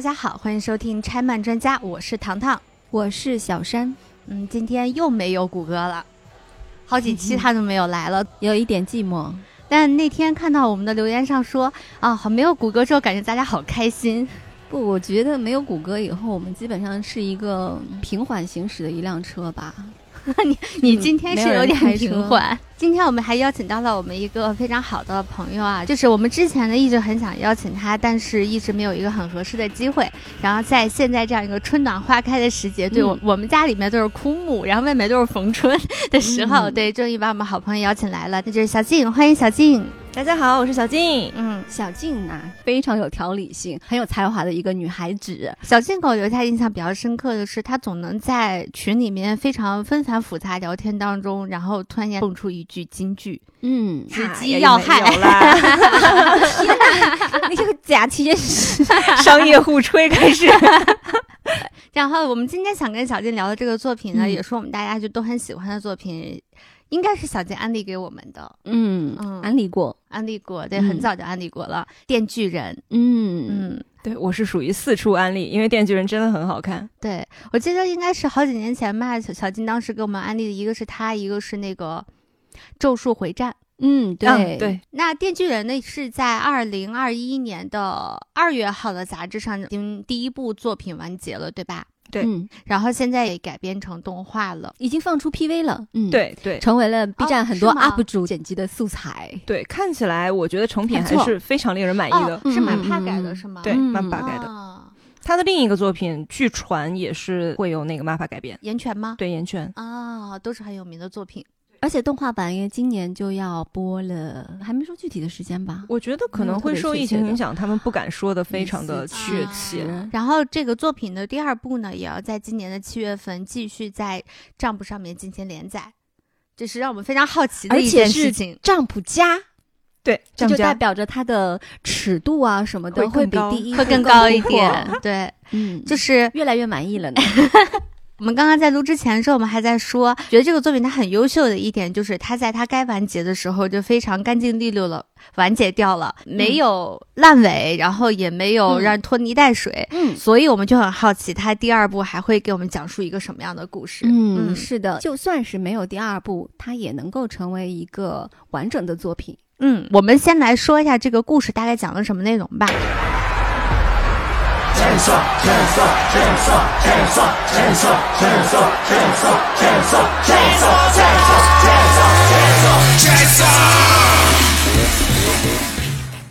家好，欢迎收听拆漫专家，我是糖糖。我是小山，嗯，今天又没有谷歌了，好几 期他都没有来了。有一点寂寞。但那天看到我们的留言上说啊，好没有谷歌之后，感觉大家好开心。不，我觉得没有谷歌以后，我们基本上是一个平缓行驶的一辆车吧。 你今天是有点嗯没有人开车平缓。今天我们还邀请到了我们一个非常好的朋友啊，就是我们之前呢一直很想邀请他，但是一直没有一个很合适的机会。然后在现在这样一个春暖花开的时节，对嗯我、我们家里面都是枯木，然后外面都是逢春的时候，嗯对，终于把我们好朋友邀请来了，那就是小静，欢迎小静。大家好，我是小静。嗯，小静啊，非常有条理性，很有才华的一个女孩子。小静给我留下印象比较深刻的是，她总能在群里面非常纷繁复杂聊天当中，然后突然间蹦出一句金句，嗯，直啊击要害也没有啦， 你这个假期是商业互吹开始。然后我们今天想跟小静聊的这个作品呢，嗯也是我们大家就都很喜欢的作品，应该是小静安利给我们的，嗯嗯安利过。安利过，对，嗯很早就安利过了，电锯人》。嗯嗯， 对，我是属于四处安利，因为《电锯人》真的很好看。对，我记得应该是好几年前吧，小小静当时给我们安利的一个是他，一个是那个《咒术回战》。嗯，对、嗯对，那《电锯人》呢是在二零二一年的二月号的杂志上已经第一部作品完结了，对吧？对嗯，然后现在也改编成动画了。已经放出 PV 了。嗯，，对对成为了 B 站很多是吗 UP 主剪辑的素材。对，看起来我觉得成品还不还错是非常令人满意的。哦、是嗯马嗯帕改的嗯是吗？对，嗯漫画改的。啊，他的另一个作品，据传也是会有那个 MAPPA 改编。岩泉吗？对，岩泉。啊、都是很有名的作品。而且动画版也今年就要播了，还没说具体的时间吧。我觉得可能会受疫情影响，他们不敢说的非常的确切。啊然后这个作品的第二部呢，也要在今年的七月份继续在账簿上面进行连载，这是让我们非常好奇的而一且件是事情。丈夫家，对，这这就样代加表着它的尺度啊什么的会会更比高第一会部更高突一破点，，对，嗯，就就是是越来越满意了呢。我们刚刚在录之前的时候，我们还在说，觉得这个作品它很优秀的一点就是，它在它该完结的时候就非常干净利落了完结掉了，没有烂尾，然后也没有嗯让拖泥带水， 嗯所以我们就很好奇，它第二部还会给我们讲述一个什么样的故事？嗯，是的，就算是没有第二部，它也能够成为一个完整的作品。嗯，我们先来说一下这个故事大概讲了什么内容吧。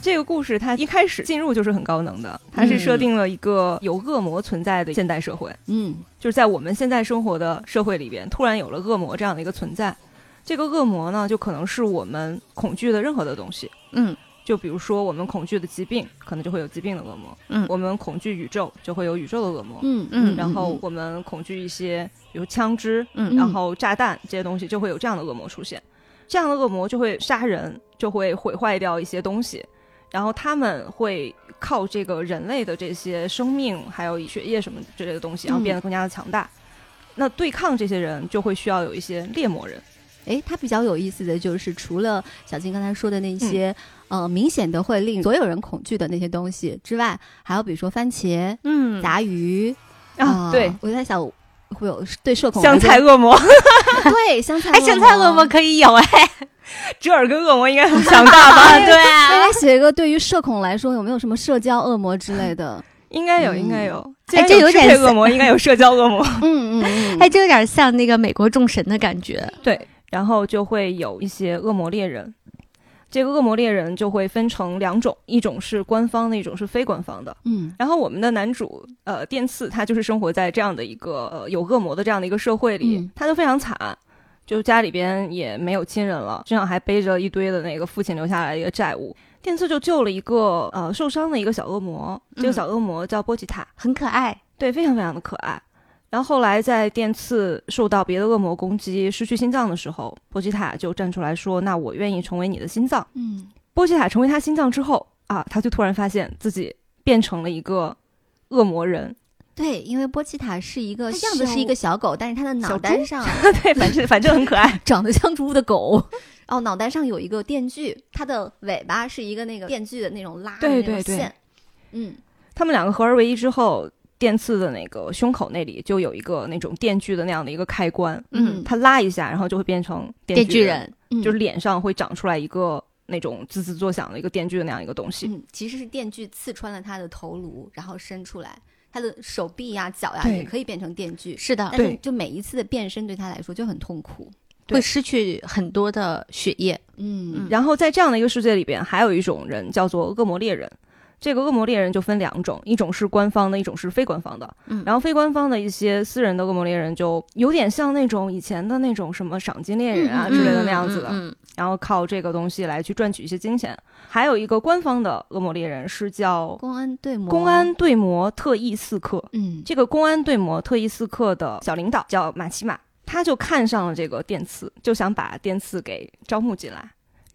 这个故事，它一开始进入就是很高能的，它嗯是设定了一个有恶魔存在的现代社会。嗯就是在我们现在生活的社会里边，突然有了恶魔这样的一个存在。这个恶魔呢，就可能是我们恐惧的任何的东西。嗯就比如说，我们恐惧的疾病，可能就会有疾病的恶魔；嗯我们恐惧宇宙，就会有宇宙的恶魔。嗯嗯然后我们恐惧一些，比如枪支，嗯然后炸弹这些东西，就会有这样的恶魔出现。这样的恶魔就会杀人，就会毁坏掉一些东西，然后他们会靠这个人类的这些生命还有血液什么之类的东西，然后嗯变得更加的强大。那对抗这些人，就会需要有一些猎魔人。哎，它比较有意思的就是，除了小金刚才说的那些、呃明显的会令所有人恐惧的那些东西之外，还有比如说番茄、嗯，杂鱼啊对，我在想会有对社恐香菜恶魔，对香菜哎，香菜恶魔可以有哎，折耳根恶魔应该很 强大吧？哦对大啊，家写一个对于社恐来说有没有什么社交恶魔之类的？应该有，嗯应该有。哎既然这有支点配像恶魔，应该有社交恶魔。嗯嗯嗯哎，，这有点像那个美国众神的感觉。对，然后就会有一些恶魔猎人。这个恶魔猎人就会分成两种，一种是官方的，一种是非官方的。嗯然后我们的男主呃电次，他就是生活在这样的一个呃有恶魔的这样的一个社会里，嗯他就非常惨，就家里边也没有亲人了，身上还背着一堆的那个父亲留下来的一个债务。电次就救了一个呃受伤的一个小恶魔，这个嗯小恶魔叫波吉塔，很可爱，对，非常非常的可爱。然后后来在电次受到别的恶魔攻击、失去心脏的时候，波吉塔就站出来说：“那我愿意成为你的心脏。嗯”波吉塔成为他心脏之后啊，他就突然发现自己变成了一个恶魔人， 对，因为波奇塔是一个它样子小是一个小狗，但是它的脑小袋猪 上对，反正反正很可爱。长得像猪的狗，哦，脑袋上有一个电锯，它的尾巴是一个那个电锯的那种拉的对那种对对线，嗯，他们两个合二为一之后，电刺的那个胸口那里就有一个那种电锯的那样的一个开关，嗯，他拉一下，然后就会变成电锯锯，人，嗯就是脸上会长出来一个那种滋滋作响的一个电锯的那样一个东西。嗯，其实是电锯刺穿了他的头颅，然后伸出来，他的手臂呀、脚呀、对啊也可以变成电锯，是的但，是对就每一次的变身对他来说就很痛苦。对会失去很多的血液。啊嗯然后在这样的一个世界里边，还有一种人叫做恶魔猎人。这个恶魔猎人就分两种，一种是官方的，一种是非官方的。嗯然后非官方的一些私人的恶魔猎人就有点像那种以前的那种什么赏金猎人啊之类的那样子的，嗯，嗯然后靠这个东西来去赚取一些金钱。还有一个官方的恶魔猎人是叫公安对魔，公安对魔特异刺客。嗯，这个公安对魔特异刺客的小领导叫马奇马，他就看上了这个电刺，就想把电刺给招募进来。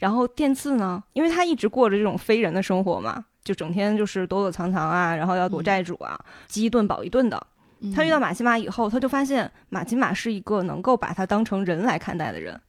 然后电刺呢，因为他一直过着这种非人的生活嘛，就整天就是躲躲藏藏啊，然后要躲债主啊，饥一顿饱一顿的。他遇到马奇马以后，他就发现马奇马是一个能够把他当成人来看待的人，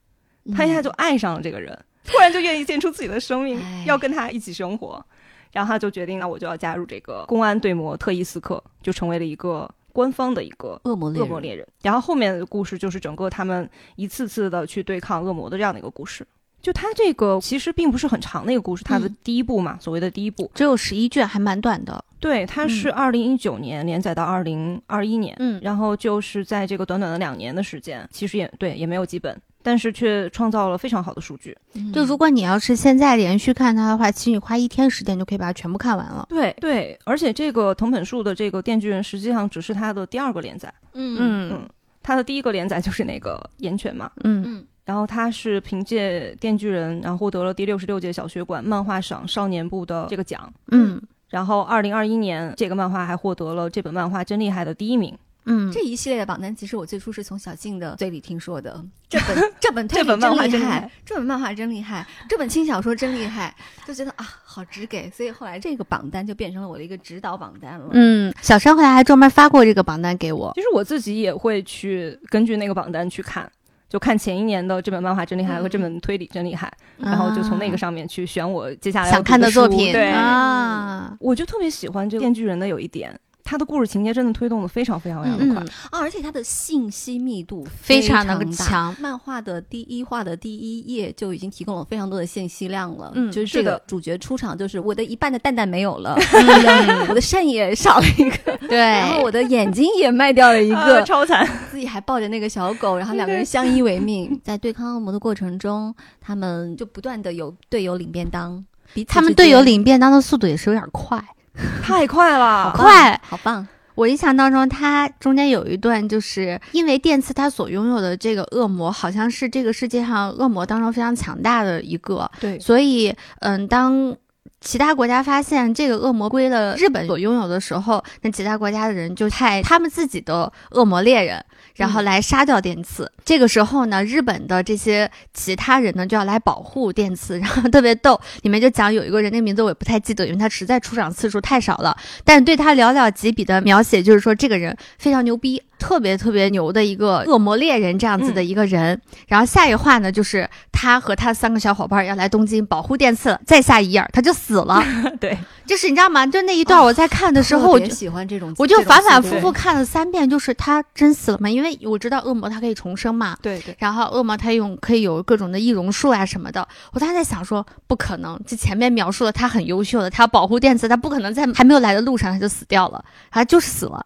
嗯他一下就爱上了这个人， 突然就愿意献出自己的生命哎，要跟他一起生活。然后他就决定，那我就要加入这个公安对魔特异刺客，就成为了一个官方的一个恶魔猎恶人魔猎人。然后后面的故事就是整个他们一次次的去对抗恶魔的这样的一个故事。就他这个其实并不是很长的一个故事，他的嗯第一部嘛，所谓的第一部，只有十一卷，还蛮短的。对，它嗯是二零一九年连载到二零二一年，嗯然后就是在这个短短的两年的时间，其实也对，也没有几本，但是却创造了非常好的数据。就如果你要是现在连续看它的话，其实你花一天时间就可以把它全部看完了。对对，而且这个藤本树的这个《电锯人》实际上只是他的第二个连载，嗯嗯他的第一个连载就是那个《岩泉》嘛。嗯，嗯然后他是凭借《电锯人》，然后获得了第六十六届小学馆漫画赏少年部的这个奖。嗯然后，二零二一年这个漫画还获得了这本漫画真厉害的第一名。嗯，这一系列的榜单，其实我最初是从小静的嘴里听说的。 这本这本推理这本漫画真真厉厉害害，这本漫画真厉害，这本轻小说真厉害，就觉得啊，好直给。所以后来这个榜单就变成了我的一个指导榜单了。嗯，小山后来还专门发过这个榜单给我。其实我自己也会去根据那个榜单去看，就看前一年的这本漫画真厉害嗯和这本推理真厉害，然后就从那个上面去选我接下来要啊嗯想看读的作书品对，啊，我就特别喜欢这个《电锯人》的有一点，他的故事情节真的推动的非常非常非常的快。嗯，啊，而且它的信息密度非常常的大。强。漫画的第一话的第一页就已经提供了非常多的信息量了，嗯就是是这个的主角出场，就是我的一半的蛋蛋没有了， 我 的我的肾也少了一个，嗯对，然后我的眼睛也卖掉了一一个，啊超惨，自己还抱着那个小 狗，然后两个人相依为命。在对抗恶魔的过程中，他们就不断的有队友领便当，彼此他们之间队友领便当的速度也是有点快，太快了！快快好棒，我印象当中，它中间有一段，就是因为电次他所拥有的这个恶魔，好像是这个世界上恶魔当中非常强大的一个，对所以，嗯，当其他国家发现这个恶魔归了日本所拥有的时候，那其他国家的人就派他们自己的恶魔猎人，然后来杀掉电次。这个时候呢，日本的这些其他人呢就要来保护电次， 然后特别逗。里面就讲有一个人，那个名字我也不太记得，因为他实在出场次数太少了。但对他寥寥几笔的描写，就是说这个人非常牛逼，特别特别牛的一个恶魔猎人这样子的嗯一个人。然后下一话呢，就是他和他三个小伙伴要来东京保护电次了，再下一页儿他就死 了。对，就是你知道吗？就那一段我在看的时候，我特别就喜欢这种，我就这种反反速复度复看了三遍，就是他真死了吗？因为我知道恶魔他可以重生嘛，对 对，然后恶魔他用可以有各种的易容术啊什么的，我当时在想说，不可能，这前面描述了他很优秀的，他要保护电磁，他不可能在还没有来的路上他就死掉了，他就是死了。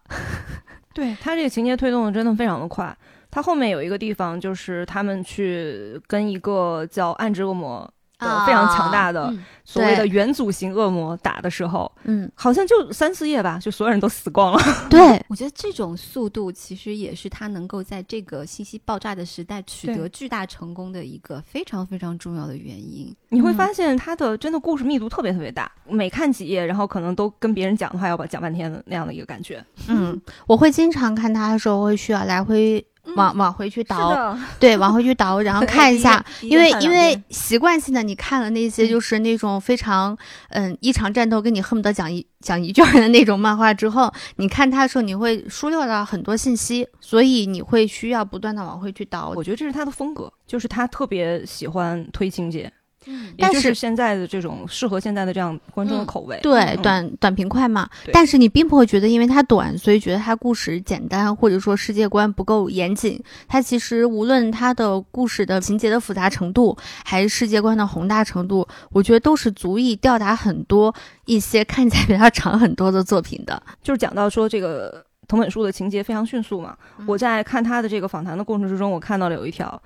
对他这个情节推动的真的非常的快。他后面有一个地方，就是他们去跟一个叫暗之恶魔的非常强大的嗯所谓的对元祖型恶魔打的时候，嗯，好像就三四页吧，就所有人都死光了。 对，我觉得这种速度其实也是他能够在这个信息爆炸的时代取对得巨大成功的一个非常非常重要的原因。你会发现它的真的故事密度特别特别大，每看几页，然后可能都跟别人讲的话要把讲半天的那样的一个感觉。嗯，我会经常看他的时候，我会需要来回往往回去倒，嗯的，对，往回去倒，然 后看一下。第一因个，为第一个看因两为遍嗯习惯性的，你看了那些就是那种非常嗯一场战斗跟你恨不得讲一讲一卷儿的那种漫画之后，你看它的时候你会疏漏到很多信息，所以你会需要不断的往回去倒。我觉得这是他的风格，就是他特别喜欢推情节，也但就是现在的这种适合现在的这样观众的嗯口味。对，嗯短短平快嘛。对但是你并不会觉得，因为它短，所以觉得它故事简单，或者说世界观不够严谨。它其实无论它的故事的情节的复杂程度，还是世界观的宏大程度，我觉得都是足以吊打很多一些看起来比它长很多的作品的。就是讲到说这个藤本树的情节非常迅速嘛。我在看他的这个访谈的过程之中，我看到了有一条，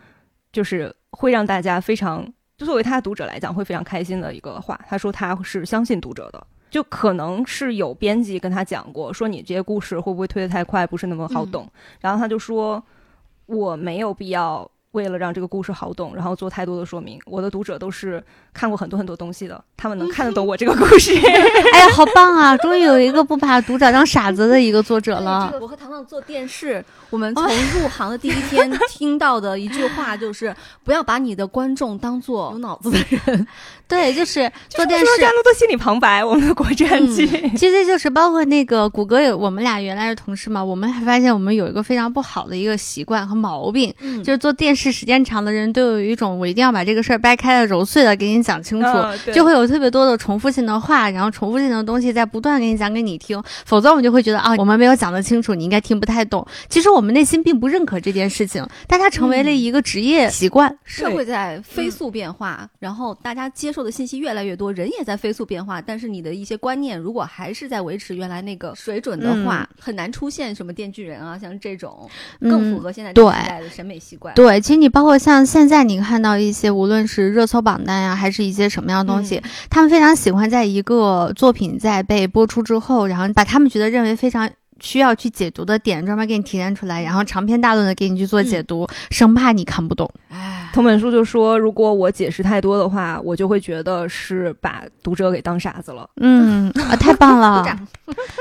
就是会让大家非常，就作为他的读者来讲会非常开心的一个话。他说他是相信读者的。就可能是有编辑跟他讲过，说你这些故事会不会推得太快，不是那么好懂。然后他就说，我没有必要为了让这个故事好懂，然后做太多的说明。我的读者都是看过很多很多东西的，他们能看得懂我这个故事。哎呀，好棒啊！终于有一个不把读者当傻子的一个作者了了。。我和糖糖做电视，我们从入行的第一天听到的一句话就是：不要把你的观众当做有脑子的人。 对，就是 做电视说到。这样都做嗯心理旁白，我们的国 战机。嗯其实就是包括那个谷歌有我们俩原来是同事嘛，我们还发现我们有一个非常不好的一个习惯和毛病，嗯就是做电视时间长的人都有一种我一定要把这个事儿掰开了揉碎了给你讲清楚。嗯对就会有特别多的重复性的话，然后重复性的东西在不断给你讲给你听，否则我们就会觉得啊，我们没有讲得清楚，你应该听不太懂。其实我们内心并不认可这件事情，但它成为嗯了一个职业习惯。社会在飞速变化，然后大家接受的信息越来越多，人也在飞速变化。但是你的一些观念，如果还是在维持原来那个水准的话，很难出现什么电锯人啊，像这种嗯更符合现在这对个时代的审美习惯。对，其实你包括像现在你看到一些，无论是热搜榜单呀、啊还是一些什么样的东嗯西，他们非常喜欢在一个作品在被播出之后，然后把他们觉得认为非常。需要去解读的点，专门给你提炼出来，然后长篇大论的给你去做解读，生怕你看不懂。哎，藤本树就说，如果我解释太多的话，我就会觉得是把读者给当傻子了。嗯，啊，太棒鼓了！掌。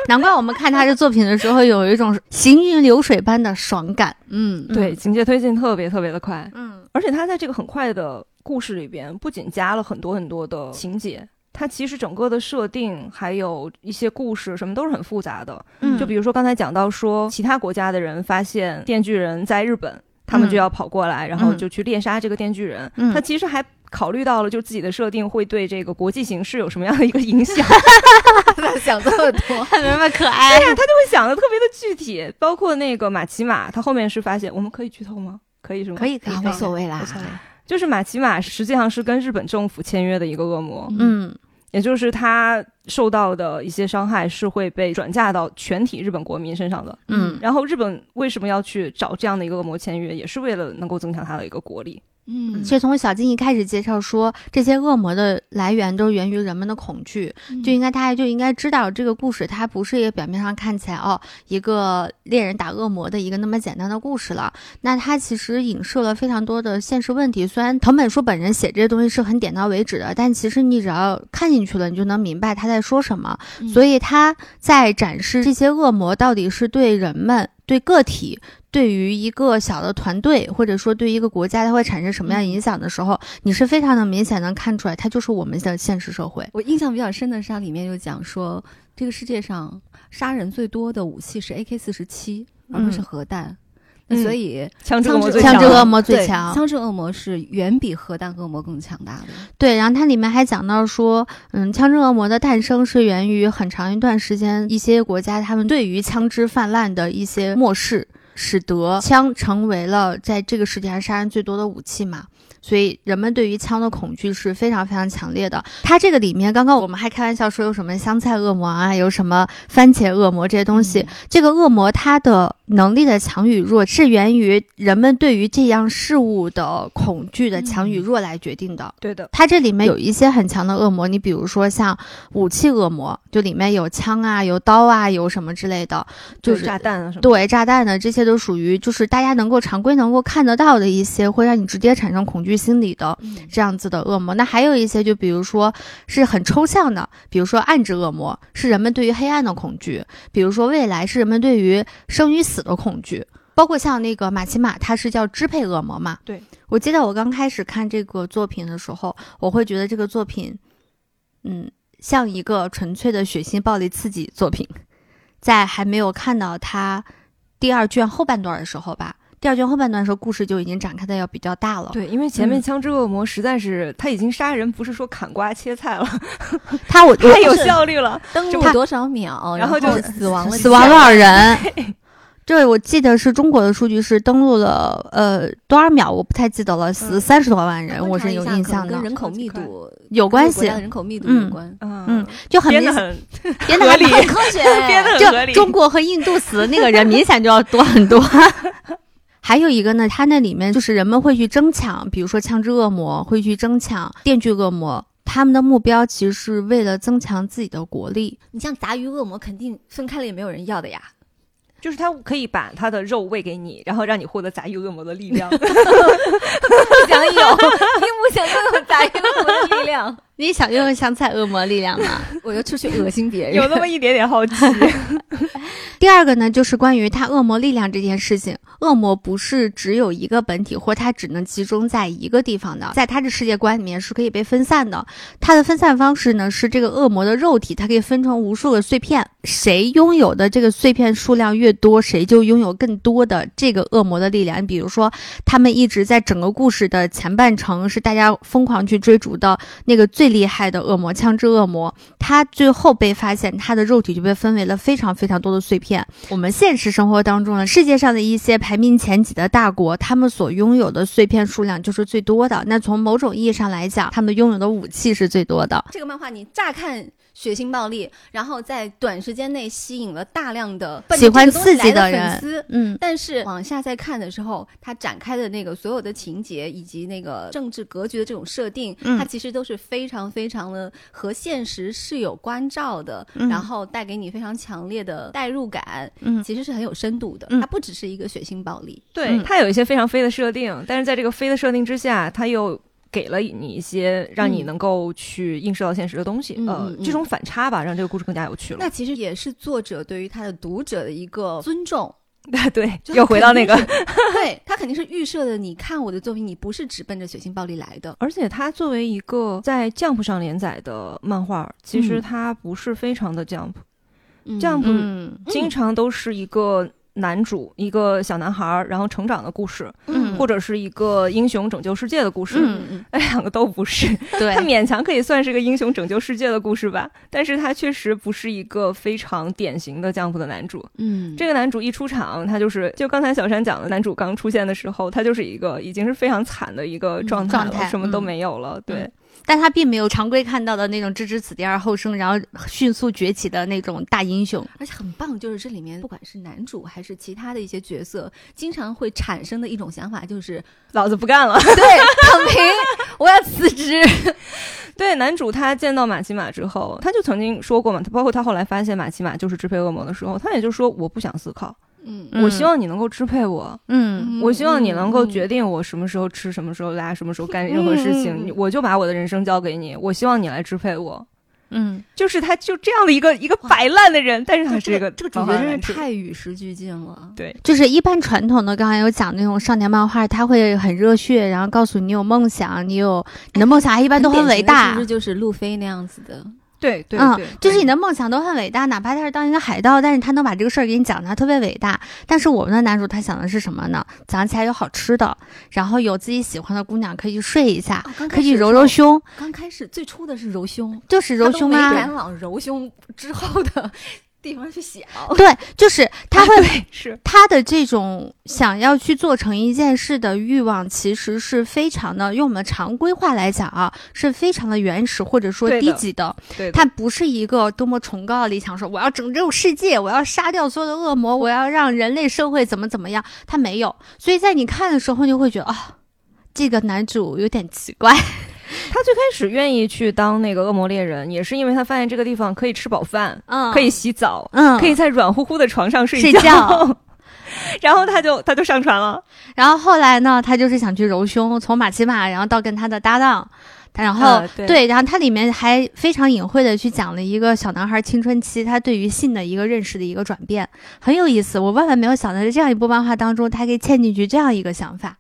难怪我们看他这作品的时候，有一种行云流水般的爽感。嗯，嗯对，情节推进特别特别的快，嗯，而且他在这个很快的故事里边，不仅加了很多很多的情节。它其实整个的设定，还有一些故事，什么都是很复杂的。嗯就比如说刚才讲到说，其他国家的人发现电锯人在日本，他们就要跑过来，然后就去猎杀这个电锯人。嗯他其实还考虑到了，就自己的设定会对这个国际形势有什么样的一个影 响。想这么多，看明白可爱。会想的特别的具体，包括那个马奇马，他后面是发现我们可以剧透吗？可以是吗？可以可以啊，可无以，所谓啦无。所谓就是马奇马实际上是跟日本政府签约的一个恶魔，嗯也就是他受到的一些伤害是会被转嫁到全体日本国民身上的。嗯然后日本为什么要去找这样的一个恶魔签约，也是为了能够增强他的一个国力。嗯，其实从小金一开始介绍说，这些恶魔的来源都是源于人们的恐惧，就应该大家就应该知道这个故事，它不是一个表面上看起来哦一个猎人打恶魔的一个那么简单的故事了。那它其实影射了非常多的现实问题。虽然藤本树本人写这些东西是很点到为止的，但其实你只要看进去了，你就能明白他在说什么。嗯所以他在展示这些恶魔到底是对人们、对个体。对于一个小的团队，或者说对于一个国家，它会产生什么样的影响的时候，你是非常的明显能看出来，它就是我们的现实社会。我印象比较深的是，它里面有讲说，这个世界上杀人最多的武器是 AK 四十七，而不是嗯核核弹。嗯那所以，枪之枪恶魔之最枪强之了恶魔最对啊强枪支恶魔是远比核弹恶魔更强大的。对，然后它里面还讲到说，嗯，枪支恶魔的诞生是源于很长一段时间一些国家他们对于枪支泛滥的一些漠视，使得枪成为了在这个世界上杀人最多的武器嘛。所以人们对于枪的恐惧是非常非常强烈的。它这个里面，刚刚我们还开玩笑说有什么香菜恶魔啊，有什么番茄恶魔这些东西，这个恶魔他的能力的强与弱是源于人们对于这样事物的恐惧的强与嗯弱来决定的。对的，它这里面有一些很强的恶魔，你比如说像武器恶魔，就里面有枪啊、有刀啊、有什么之类的，就就是是炸弹啊什么。，对炸弹的这些都属于就是大家能够常规能够看得到的一些，会让你直接产生恐惧心理的嗯这样子的恶魔。那还有一些就比如说是很抽象的，比如说暗之恶魔是人们对于黑暗的恐惧，比如说未来是人们对于生与死的恐惧。包括像那个马奇马，他是叫支配恶魔嘛？对，我记得我刚开始看这个作品的时候，我会觉得这个作品，嗯，像一个纯粹的血腥暴力刺激作品。在还没有看到他第二卷后半段的时候吧，第二卷后半段的时候，故事就已经展开的要比较大了。对，因为前面嗯枪支恶魔实在是他已经杀人，不是说砍瓜切菜了，他我太 有效率了。登这录他多少秒，然然后就死亡了，死亡多少人？对，我记得是中国的数据是登录了呃多少秒，我不太记得了，死嗯三十多万人，观我察是一有下印可象能跟的，人口超级密快度有各关个国系家，的人口密度嗯有关，嗯嗯，就很编明的显，很编合的 理 科学编的很合就理。中国和印度死的那个人明显就要多很多。 还有一个呢，它那里面就是人们会去争抢，比如说枪支恶魔会去争抢电锯恶魔，他们的目标其实是为了增强自己的国力。你像杂鱼恶魔，肯定分开了也没有人要的呀。就是他可以把他的肉喂给你，然后让你获得杂鱼恶魔的力 量。不想有， 并不想拥有杂鱼恶魔的 力量，你想用香菜恶魔力量吗？我要出去恶心别人。有那么一点点好奇，第二个呢，就是关于他恶魔力量这件事情。恶魔不是只有一个本体，或他只能集中在一个地方的，在他的世界观里面是可以被分散的。它的分散方式呢，是这个恶魔的肉体，它可以分成无数个碎片，谁拥有的这个碎片数量越多，谁就拥有更多的这个恶魔的力量。比如说，他们一直在整个故事的前半程是大家疯狂去追逐的那个最厉害的恶魔——枪支恶魔，他最后被发现，他的肉体就被分为了非常非常多的碎片。我们现实生活当中呢，世界上的一些排名前几的大国，他们所拥有的碎片数量就是最多的。那从某种意义上来讲，他们拥有的武器是最多的。这个漫画你乍看血腥暴力，然后在短时间内吸引了大量的奔着喜欢这个东西刺激来的的人粉丝。嗯，但是往下再看的时候，它展开的那个所有的情节以及那个政治格局的这种设定，嗯它其实都是非常非常的和现实是有关照的，嗯然后带给你非常强烈的代入感，嗯其实是很有深度的。嗯它不只是一个血腥暴力，对嗯他有一些非常飞的设定，但是在这个飞的设定之下，他又给了你一些让你嗯能够去映射到现实的东西。嗯呃嗯，嗯这种反差吧，让这个故事更加有趣了那。其实也是作者对于他的读者的一个尊重。 对，就又回到那个， 对他肯定是预设的，你看我的作品，你不是只奔着血腥暴力来的。而且它作为一个在 Jump 上连载的漫画，其实嗯它不是非常的 Jump，、嗯这样不嗯经常都是一个男主、一个小男孩儿，然后成长的故事，嗯或者是一个英雄拯救世界的故事。嗯嗯 哎，两个都不是，对它，勉强可以算是个英雄拯救世界的故事吧，但是它确实不是一个非常典型的 Jump 的男主。嗯，这个男主一出场，他就是就刚才小山讲的，男主刚出现的时候，他就是一个已经是非常惨的一个状态了，嗯状态什么都嗯没有了。对，但他并没有常规看到的那种置之死地而后生，然后迅速崛起的那种大英雄。而且很棒，就是这里面不管是男主还是其他的一些角色，经常会产生的一种想法就是，老子不干了。 对，躺平，我要辞职。对，男主他见到马奇马之后，他就曾经说过嘛，他包括他后来发现马奇马就是支配恶魔的时候，他也就说我不想思考，嗯嗯我希望你能够支配我， 嗯我希望你能够决定，定我什么时候吃，什么时候拉，什么时候干任何事情，嗯你我就把我的人生交给你，我希望你来支配我。嗯，就是他就这样的一个一个摆烂的人，但是他嗯是一这个个这个主漫角画真男是主太与时俱进了。就是一般传统的，刚才有讲那种少年漫画，他会很热血，然后告诉你有梦想，你有你的梦想还啊一般都很伟典型的 是大不是，就是路飞那样子的？对对嗯对，就是你对的梦想都很伟大，哪怕他是当一个海盗，但是他能把这个事儿给你讲的特别伟大。但是我们的男主他想的是什么呢？早上起来有好吃的，然后有自己喜欢的姑娘可以去睡一下，哦刚可开以始揉揉的时胸，候，刚开始最初的是揉胸，就是揉胸他都没啊敢。往揉胸之后的 地方去想。对，就是他会 是他的这种想要去做成一件事的欲望，其实是非常的，用我们常规话来讲啊，是非常的原始或者说对的低级的。对的他不是一个多么崇高的理想，说我要拯救世界，我要杀掉所有的恶魔，我要让人类社会怎么怎么样，他没有。所以在你看的时候，你就会觉得啊、这个男主有点奇怪。他最开始愿意去当那个恶魔猎人，也是因为他发现这个地方可以吃饱饭，嗯，可以，洗澡，嗯，可以。在软乎乎的床上睡觉，觉 然后他就他就上船了。然后后来呢，他就是想去揉胸，从马奇马，然后到跟他的搭档，他然后、呃对对，然后它里面还非常隐晦的去讲了一个小男孩青春期他对于性的一个认识的一个转变，很有意思。我万万没有想到，在这样一部漫画当中，他可以嵌进去这样一个想法。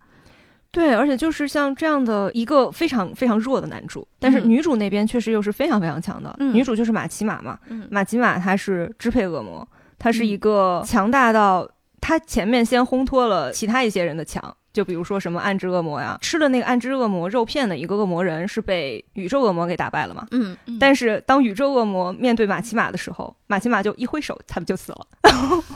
对，而且就是像这样的一个非常非常弱的男主，但是嗯女主那边确实又是非常非常强的。嗯女主就是马奇马嘛，嗯马奇马她是支配恶魔，她是一个强大到他前面先烘托了其他一些人的墙，就比如说什么暗之恶魔呀，吃了那个暗之恶魔肉片的一个恶魔人是被宇宙恶魔给打败了嘛。嗯，但是当宇宙恶魔面对马奇马的时候，马奇马就一挥手，他们就死了，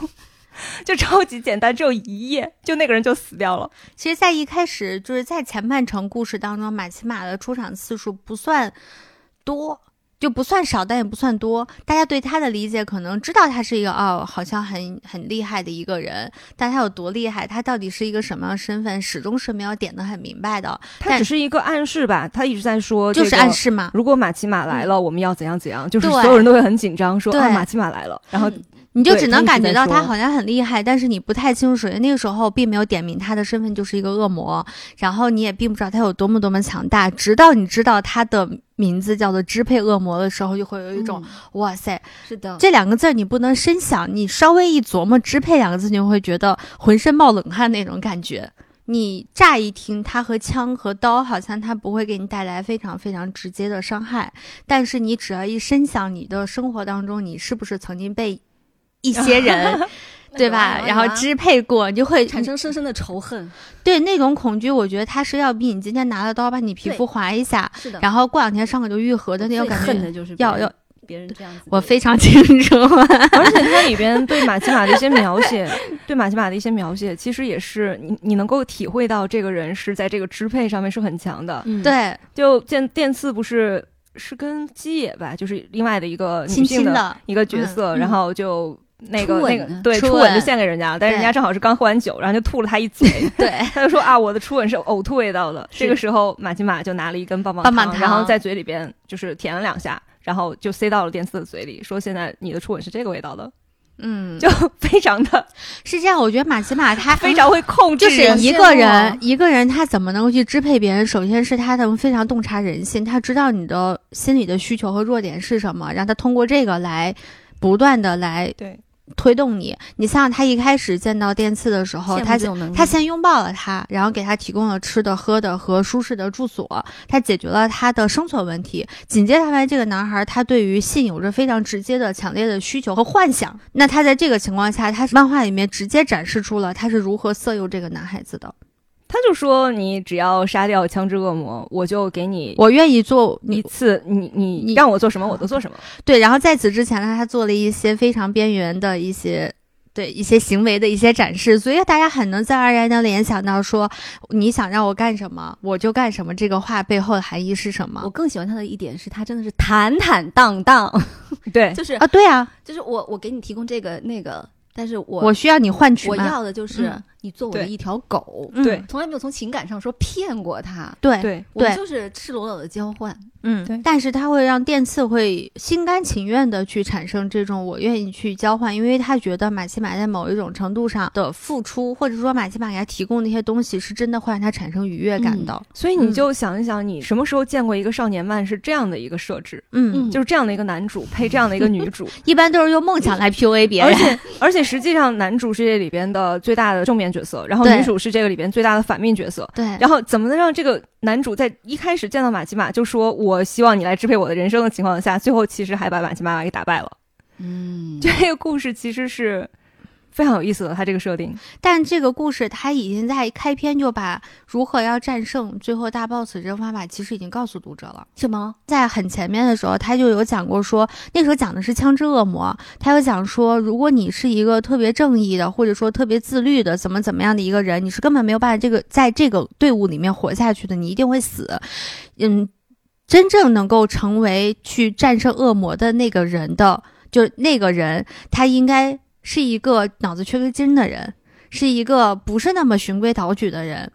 就超级简单，只有一页，就那个人就死掉了。其实，在一开始就是在前半程故事当中，马奇马的出场次数不算多，就不算少，但也不算多。大家对他的理解可能知道他是一个哦，好像很很厉害的一个人，但他有多厉害，他到底是一个什么样的身份，始终是没有点得很明白的。他只是一个暗示吧，他一直在说、就是暗。示嘛，如果马奇马来了，我们要怎样怎样，就是对所有人都会很紧张，说对嗯啊，马奇马来了，然后你就对只能他一直感觉在到他说好像很厉害，但是你不太清楚，因为那个时候并没有点明他的身份就是一个恶魔，然后你也并不知道他有多么多么强大，直到你知道他的名字叫做支配恶魔的时候，就会有一种、哇塞，嗯是的，这两个字儿你不能深想，你稍微一琢磨“支配”两个字，你就会觉得浑身冒冷汗那种感觉。你乍一听，它和枪和刀好像它不会给你带来非常非常直接的伤害，但是你只要一深想，你的生活当中，你是不是曾经被一 些人对吧，然后支配过，你就会产生深深的仇恨，对那种恐惧。我觉得它是要比你今天拿了刀把你皮对肤划一下，是的。然后过两天伤口就愈合的那种最感恨觉，的就是别要人要，别人这样子对，我非常 清 楚。而且它里边对马奇马的一些描写， 对马奇马的一些描写，其实也是你你能够体会到这个人是在这个支配上面是很强的。嗯，对，就电电次不是是跟基野吧，就是另外的一个女轻性轻的的，一个角色，嗯嗯然后就。那个初吻那呢个对初初吻就吻献给人家了，但是人对家正好是刚喝完酒，然后就吐了他一 嘴，对。他就说啊，我的初吻是呕吐味道的。是这个时候，马奇马就拿了一根棒棒棒棒糖然后在嘴里边就是舔了两下，然后就塞到了电次的嘴里，说现在你的初吻是这个味道的，嗯，就非常的是这样。我觉得马奇马 他嗯非。常会控制就人，哦是一个羡慕啊人，一个人他怎么能够去支配别人？首先是他能非常洞察人性，他知道你的心理的需求和弱点是什么，让他通过这个来不断的来对推动你。你像他一开始见到电次的时候，羡慕他这种能力他先拥抱了他，然后给他提供了吃的、喝的和舒适的住所，他解决了他的生存问题。紧接着，他发现这个男孩他对于性有着非常直接的、强烈的需求和幻想。那他在这个情况下，他漫画里面直接展示出了他是如何色诱这个男孩子的。他就说你只要杀掉枪支恶魔，我就给你我愿意做一你次，你你你让我做什么我都 做什么。对，然后在此之前呢，他做了一些非常边缘的一些。对一些行为的一些展示，所以大家很能自然而然的联想到说，你想让我干什么，我就干什么。这个话背后的含义是什么我？更喜欢他的一点是他真的是坦坦荡荡，对，就是啊，对啊，就是我我给你提供这个那个，但是我我需要你换取我嘛要的就是嗯你做我的对一条狗，嗯对从来没有从情感上说骗过他，对，对，我们对就是赤裸裸的交换，嗯，对但是他会让电次会心甘情愿的去产生这种我愿意去交换，因为他觉得马奇马在某一种程度上的付出，或者说马奇马给他提供的一些东西，是真的会让他产生愉悦感的。所以你嗯就想一想，你什么时候见过一个少年漫是这样的一个设置，嗯，嗯就是这样的一个男主配这样的一个女主，一般都是用梦想来 PUA 别人。而且实际上男主是这里边的最大的正面角色，然后对女主是这个里边最大的反面角色。 对，然后怎么能让这个男主在一开始见到马奇马就说“我希望你来支配我的人生”的情况下，最后其实还把马奇马给打败了？ 嗯，这个故事其实是非常有意思的，它这个设定。但这个故事他已经在开篇就把如何要战胜最后大 boss 这个方法，其实已经告诉读者了。什么？在很前面的时候，他就有讲过说，那时候讲的是枪支恶魔，他有讲说，如果你是一个特别正义的，或者说特别自律的，怎么怎么样的一个人，你是根本没有办法这个在这个队伍里面活下去的，你一定会死。嗯，真正能够成为去战胜恶魔的那个人的，就是那个人，他应该是一个脑子缺根筋的人，是一个不是那么循规蹈矩的人，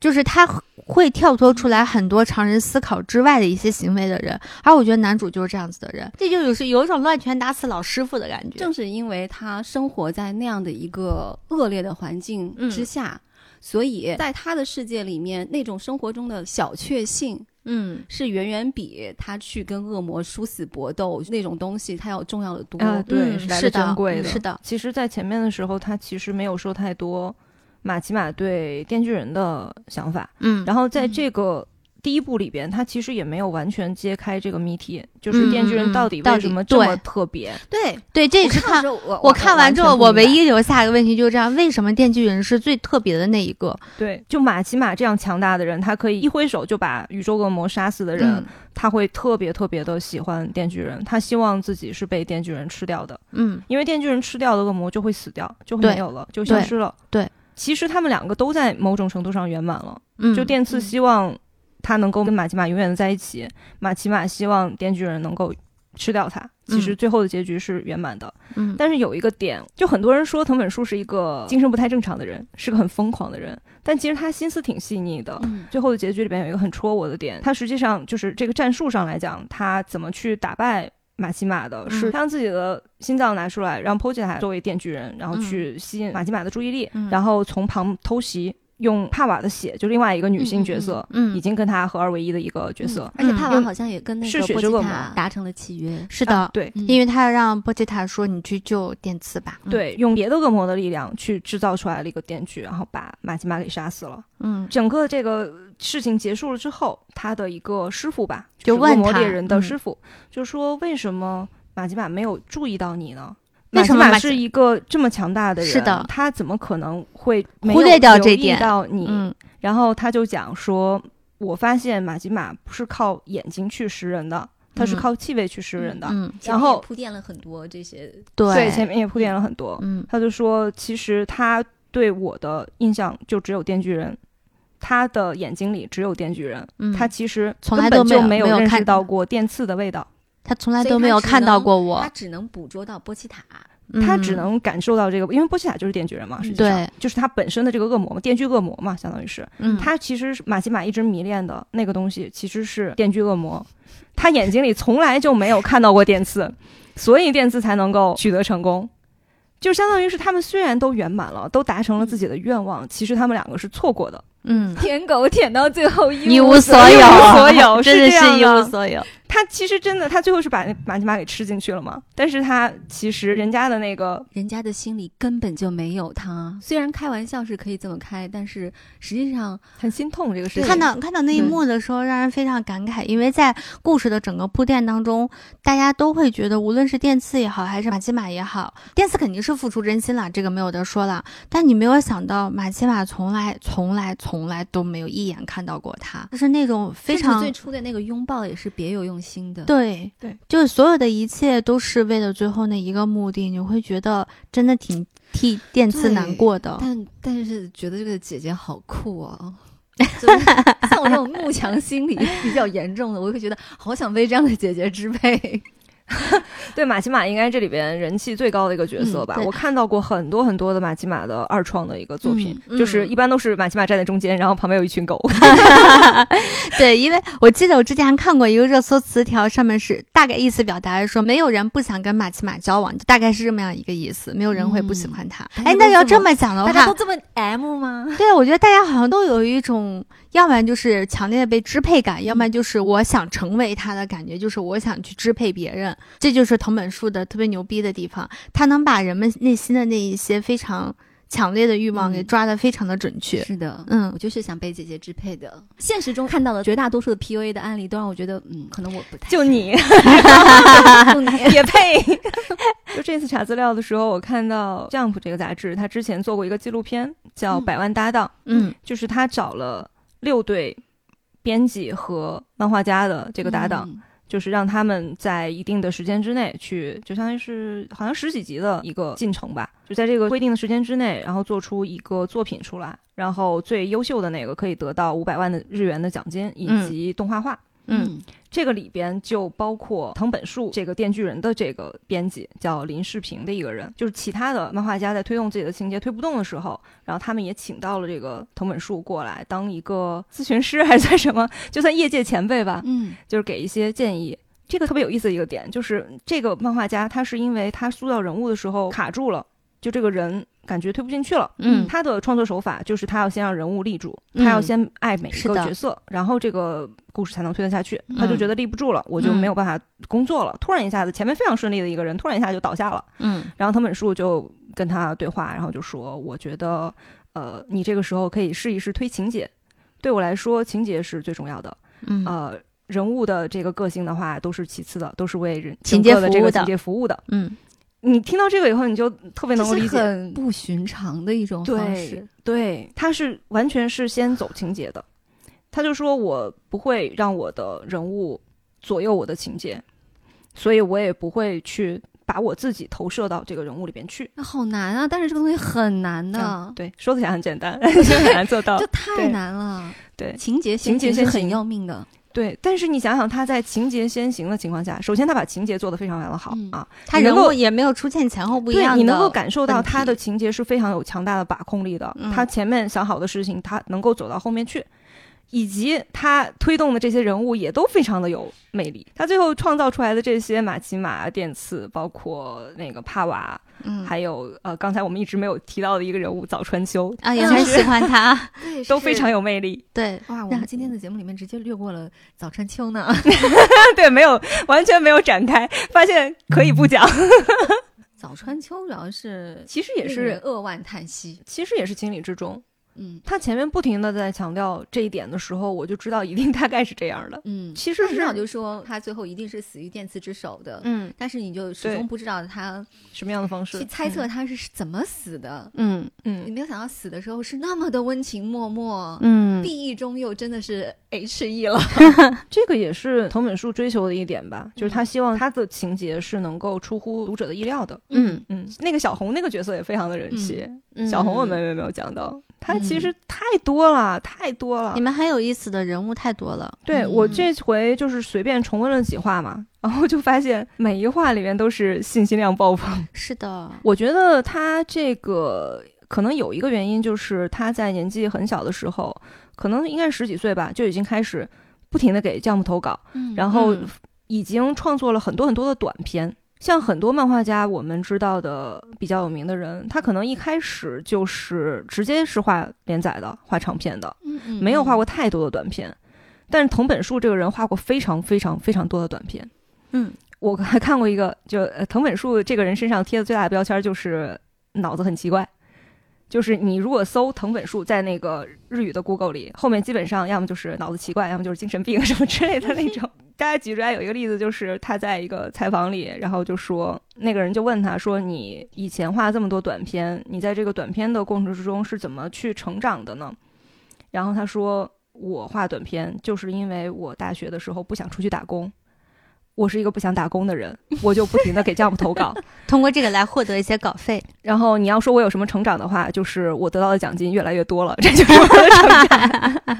就是他会跳脱出来很多常人思考之外的一些行为的人。而我觉得男主就是这样子的人，这就有是有一种乱拳打死老师傅的感觉。嗯正是因为他生活在那样的一个恶劣的环境之下，所以在他的世界里面，那种生活中的小确幸嗯，是远远比他去跟恶魔殊死搏斗那种东西，他要重要的多。啊对嗯是来得是的，珍贵的是的，其实，在前面的时候，他其实没有说太多马奇马对电锯人的想法，嗯，然后在这个第一部里边，它其实也没有完全揭开这个谜题，就是电嗯锯嗯人嗯到底到为底什么这么对特别？对，对，这也我是看的看时候我我看完之后，完全不我唯明白一留下一个问题就是这样：为什么电锯人是最特别的那一个？对，就马奇马这样强大的人，他可以一挥手就把宇宙恶魔杀死的人，嗯他会特别特别的喜欢电锯人，他希望自己是被电锯人吃掉的，嗯，因为电锯人吃掉的恶魔就会死掉，就会对没有了，就消对失了。对其实他们两个都在某种程度上圆满了。嗯就电次希望他能够跟马奇马永远的在一起，马奇马希望电锯人能够吃掉他。其实最后的结局是圆满的，嗯但是有一个点，就很多人说藤本树是一个精神不太正常的人，是个很疯狂的人，但其实他心思挺细腻的。嗯最后的结局里边有一个很戳我的点，他实际上就是这个战术上来讲，他怎么去打败马奇马的，是嗯他让自己的心脏拿出来，让 p o j i 作为电锯人，然后嗯去吸引马奇马的注意力，嗯然后从旁偷袭，用帕瓦的血，就另外一个女性角色，嗯已经跟他合二为一的一个角色。而且帕瓦嗯好像也跟那是个血波之吉恶塔魔达成了契约，是的，啊对。嗯因为他要让波吉塔说你去救电次吧。嗯，对，用别的恶魔的力量去制造出来了一个电锯，然后把马奇马给杀死了。嗯，整个这个事情结束了之后，他的一个师傅吧，就是恶问魔他猎人的嗯师傅，就说为什么马吉马没有注意到你呢？为马吉什么马马是吉一个这么强大的人，是的他怎么可能会没忽有略掉留这意点到你，嗯然后他就讲说，我发现马吉马不是靠眼睛去识人的，他嗯是靠气味去识人的。嗯，前面然后也铺垫了很多这些，对对，前面也铺垫了很多。嗯他就说，其实他对我的印象就只有电锯人，他的眼睛里只有电锯人，嗯，他其实从来根都本没有没就没有认识看到过电刺的味道，他从来所以都他没有只看到能过我他，只能捕捉到波 奇塔。他嗯只能感受到这个，因为波西塔就是电锯人嘛，实际上对就是他本身的这个恶魔嘛，电锯恶魔嘛，相当于是嗯他其实是马奇马一直迷恋的那个东西，其实是电锯恶魔，他眼睛里从来就没有看到过电刺，所以电刺才能够取得成功。就相当于是他们虽然都圆满了，都达成了自己的愿望，其实他们两个是错过的。嗯舔狗舔到最后一一无所有，一无所有真是的这样是一的无所有。他其实真的，他最后是把那马奇马给吃进去了嘛，但是他其实人家的那个人家的心里根本就没有他。虽然开玩笑是可以这么开，但是实际上很心痛这个事情，看到看到那一对幕的时候，让人非常感慨，因为在故事的整个铺垫当中，大家都会觉得，无论是电次也好，还是马奇马也好，电次肯定是付出真心了，这个没有得说了。但你没有想到，马奇马从来从来从来都没有一眼看到过他，就是那种非甚至常最初的那个拥抱也是别有用心的。对对，就是所有的一切都是为了最后那一个目的，你会觉得真的挺替电次对难过的。但但是觉得这个姐姐好 酷哦。就是像我这种慕强心理比较严重的，我会觉得好想被这样的姐姐支配。对马奇马应该这里边人气最高的一个角色吧。嗯对我看到过很多很多的马奇马的二创的一个作品，嗯嗯就是一般都是马奇马站在中间，然后旁边有一群狗。 对，因为我记得我之前看过一个热搜词条，上面是大概意思表达是说，没有人不想跟马奇马交往，就大概是这么样一个意思，没有人会不喜欢他。嗯哎，大那家都要这这么么讲的大家都话，这么 M 吗？对，我觉得大家好像都有一种，要不然就是强烈的被支配感，要不然就是我想成为他的感觉，就是我想去支配别人。这就是藤本树的特别牛逼的地方，他能把人们内心的那一些非常强烈的欲望给嗯抓得非常的准确。是的，嗯我就是想被姐姐支配的。现实中看到的绝大多数的 PUA 的案例，都让我觉得，嗯，可能我不太 就你 就你也配？就这次查资料的时候，我看到《Jump》这个杂志，他之前做过一个纪录片叫《嗯百万搭档》，嗯就是他找了六对编辑和漫画家的这这个搭档，就是让他们在一定的时间之内去，就相当于是好像十几集的一个进程吧，就在这个规定的时间之内，然后做出一个作品出来，然后最优秀的那个可以得到五百万的日元的奖金以嗯及动画化。嗯这个里边就包括藤本树这个电锯人的这个编辑叫林世平的一个人，就是其他的漫画家在推动自己的情节推不动的时候，然后他们也请到了这个藤本树过来当一个咨询师还是算什么，就算业界前辈吧，嗯，就是给一些建议。这个特别有意思的一个点，就是这个漫画家他是因为他塑造人物的时候卡住了，就这个人感觉推不进去了。嗯他的创作手法就是他要先让人物立住，嗯他要先爱每一是个的角色，然后这个故事才能推得下去。嗯他就觉得立不住了，我就没有办法工作了。突然一下子，前面非常顺利的一个人，突然一下就倒下了。嗯然后藤本树就跟他对话，然后就说：“我觉得，呃，你这个时候可以试一试推情节。对我来说，情节是最重要的。嗯，呃，人物的这个个性的话都是其次的，都是为人情节整个服务的这个的情节服务的。嗯，你听到这个以后，你就特别能够嗯这是理解，很不寻常的一种方对式。对，他是完全是先走情节的。他就说我不会让我的人物左右我的情节，所以我也不会去把我自己投射到这个人物里边去。那好难啊！但是这个东西很难的，嗯对，说起来很简单， 很难做到这。太难了。对情节情节先行先是很行要命的。对，但是你想想，他在情节先行的情况下，首先他把情节做得非常非常好、嗯啊，他你人能够物也没有出现前后不一样的，对你能够感受到问题他的情节是非常有强大的把控力的。嗯他前面想好的事情，他能够走到后面去，以及他推动的这些人物也都非常的有魅力。他最后创造出来的这些马奇马、电次，包括那个帕瓦，嗯还有呃，刚才我们一直没有提到的一个人物早川修，啊，也很喜欢他，对，都非常有魅力。 对，哇！我那们今天的节目里面直接略过了早川秋呢。对，没有完全没有展开，发现可以不讲。 早川秋嗯主要是嗯其实 也也是是，扼腕叹息。其实也是情理之中。嗯他前面不停的在强调这一点的时候，我就知道一定大概是这样的。嗯，其实他是很早就说他最后一定是死于电磁之手的。嗯但是你就始对终不知道他什么样的方去式？猜测他是怎么死的，嗯你 嗯，没有想到死的时候是那么的温情脉脉，嗯 B E 中又真的是 H E 了，这个也是藤本树追求的一点吧，就是他希望他的情节是能够出乎读者的意料的。嗯嗯，那个小红那个角色也非常的人气，嗯，小红我们也没有讲到，他其实太多了，太多了你。们很有意思的人物太多了，对我嗯这回就是随便重温了几话嘛，然后就发现每一话里面都是信息量爆棚。是的，我觉得他这个可能有一个原因，就是他在年纪很小的时候，可能应该是十几岁吧，就已经开始不停的给 Jump 投稿，嗯然后嗯已经创作了很多很多的短篇。像很多漫画家，我们知道的比较有名的人，他可能一开始就是直接是画连载的，画长篇的，嗯没有画过太多的短篇。但是藤本树这个人画过非常非常非常多的短篇。嗯，我还看过一个，就呃藤本树这个人身上贴的最大的标签就是脑子很奇怪，就是你如果搜藤本树在那个日语的 Google 里，后面基本上要么就是脑子奇怪，要么就是精神病什么之类的那 种。大家举出来有一个例子，就是他在一个采访里，然后就说那个人就问他说：“你以前画这么多短片，你在这个短片的过程之中是怎么去成长的呢？”然后他说：“我画短片就是因为我大学的时候不想出去打工，我是一个不想打工的人，我就不停的给 Jump 投稿。通过这个来获得一些稿 费，然后你要说我有什么成长的话，就是我得到的奖金越来越多了，这就是我的成长。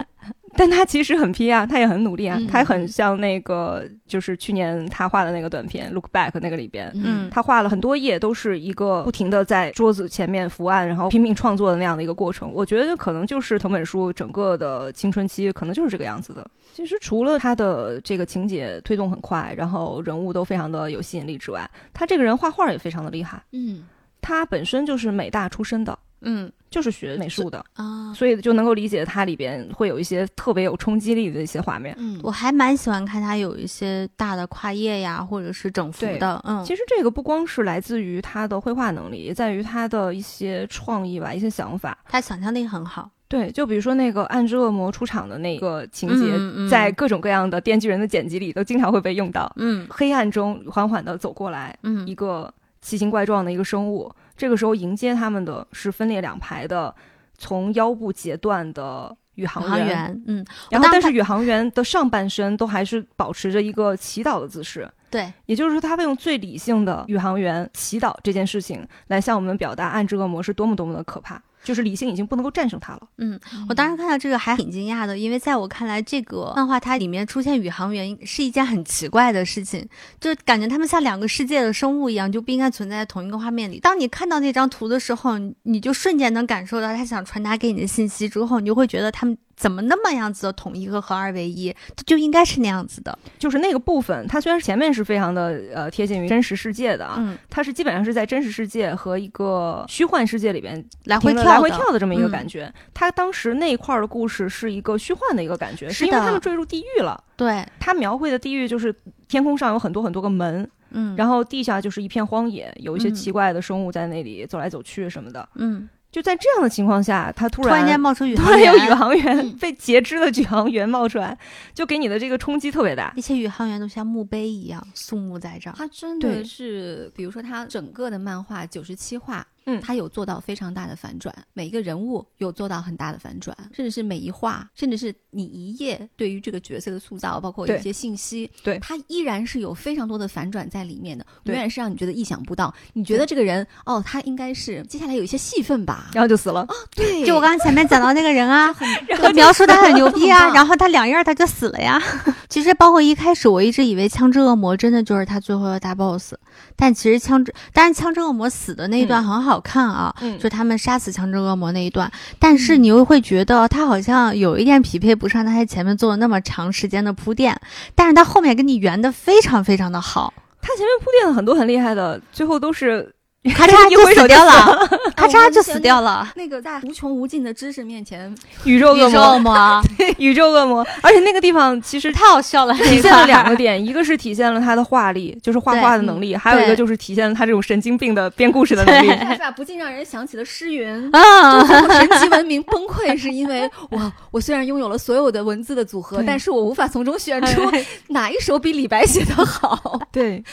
但他其实很拼啊，他也很努力啊，嗯他很像那个就是去年他画的那个短片《Look Back》那个里边，嗯他画了很多页，都是一个不停的在桌子前面伏案，然后拼命创作的那样的一个过程。我觉得可能就是藤本树整个的青春期，可能就是这个样子的。其实除了他的这个情节推动很快，然后人物都非常的有吸引力之外，他这个人画画也非常的厉害。嗯他本身就是美大出身的，嗯就是学美术的，啊。所以就能够理解它里边会有一些特别有冲击力的一些画面。嗯，我还蛮喜欢看他有一些大的跨页呀，或者是整幅对的，嗯，其实这个不光是来自于他的绘画能力，也在于他的一些创意吧，一些想法。他想象力很好，对，就比如说那个暗之恶魔出场的那个情节，嗯嗯在各种各样的电锯人的剪辑里都经常会被用到。嗯黑暗中缓缓地走过来嗯一个奇形怪状的一个生物，这个时候迎接他们的是分裂两排的从腰部截断的宇航航员，嗯，然后我当但时是宇航员的上半身都还是保持着一个祈祷的姿势，对，也就是说，他会用最理性的宇航员祈祷这件事情来向我们表达暗之恶魔是多么多么的可怕，就是理性已经不能够战胜它了。嗯，我当时看到这个还挺惊讶的，因为在我看来，这个漫画它里面出现宇航员是一件很奇怪的事情，就感觉他们像两个世界的生物一样，就不应该存在在同一个画面里。当你看到那张图的时候，你你就瞬间能感受到他想传达给你的信息之后，你就会觉得他们怎么那么样子的统一和合二为一，它就应该是那样子的。就是那个部分，它虽然前面是非常的呃贴近于真实世界的啊，嗯，它是基本上是在真实世界和一个虚幻世界里边来回停跳了的，来回跳的这么一个嗯感觉。它当时那一块儿的故事是一个虚幻的一个感觉，是因为的他们坠入地狱了。对，它描绘的地狱就是天空上有很多很多个门，嗯，然后地下就是一片荒野，有一些嗯奇怪的生物在那里走来走去什么的。嗯，就在这样的情况下，他突突然间冒出宇 突航然员有宇，航员嗯被截肢的宇 航员冒出来，就给你的这个冲击特别大。那些宇航员都像墓碑一样肃穆在这儿。啊他真对的是，比如说他整个的漫画九十七话，嗯他有做到非常大的反转，每一个人物有做到很大的反转，甚至是每一话，甚至是你一页对于这个角色的塑造，包括对一些信息，对他依然是有非常多的反转在里面的，对永远是让你觉得意想不到。你觉得这个人，哦，他应该是接下来有一些戏份吧？然后就死了，对，就我刚刚前面讲到那哦个人 啊，然就描述 他很牛逼啊，然后后他两样他就死了呀。 其实包括一开始我一直以为枪支恶魔真的就是他最后的大 boss，但其实枪支，但是枪支恶魔死的那一段嗯很好看啊，嗯就他们杀死强制恶魔那一段，但是你又会觉得他好像有一点匹配不上他在前面做了那么长时间的铺垫，但是他后面跟你圆的非常非常的好，他前面铺垫了很多很厉害的，最后都是咔嚓一就挥手死就掉死了， 咔嚓就死掉了。那个在无穷无尽的知识面 前，宇宙恶宇宙恶魔，魔， 啊宇宙恶魔。而且那个地方 其实太好笑了，体现了两个点， 一个是体现了他的画力，就是画对画的能力，还有一个就是体现了他这种神经病的编故事的能力。他是吧？不禁让人想起了诗云。 啊， 就是我神奇文明崩溃，是因为我我虽然拥有了所有的文字的组合，对哎但是我无法从中选出哪一首比李白写的 好。对，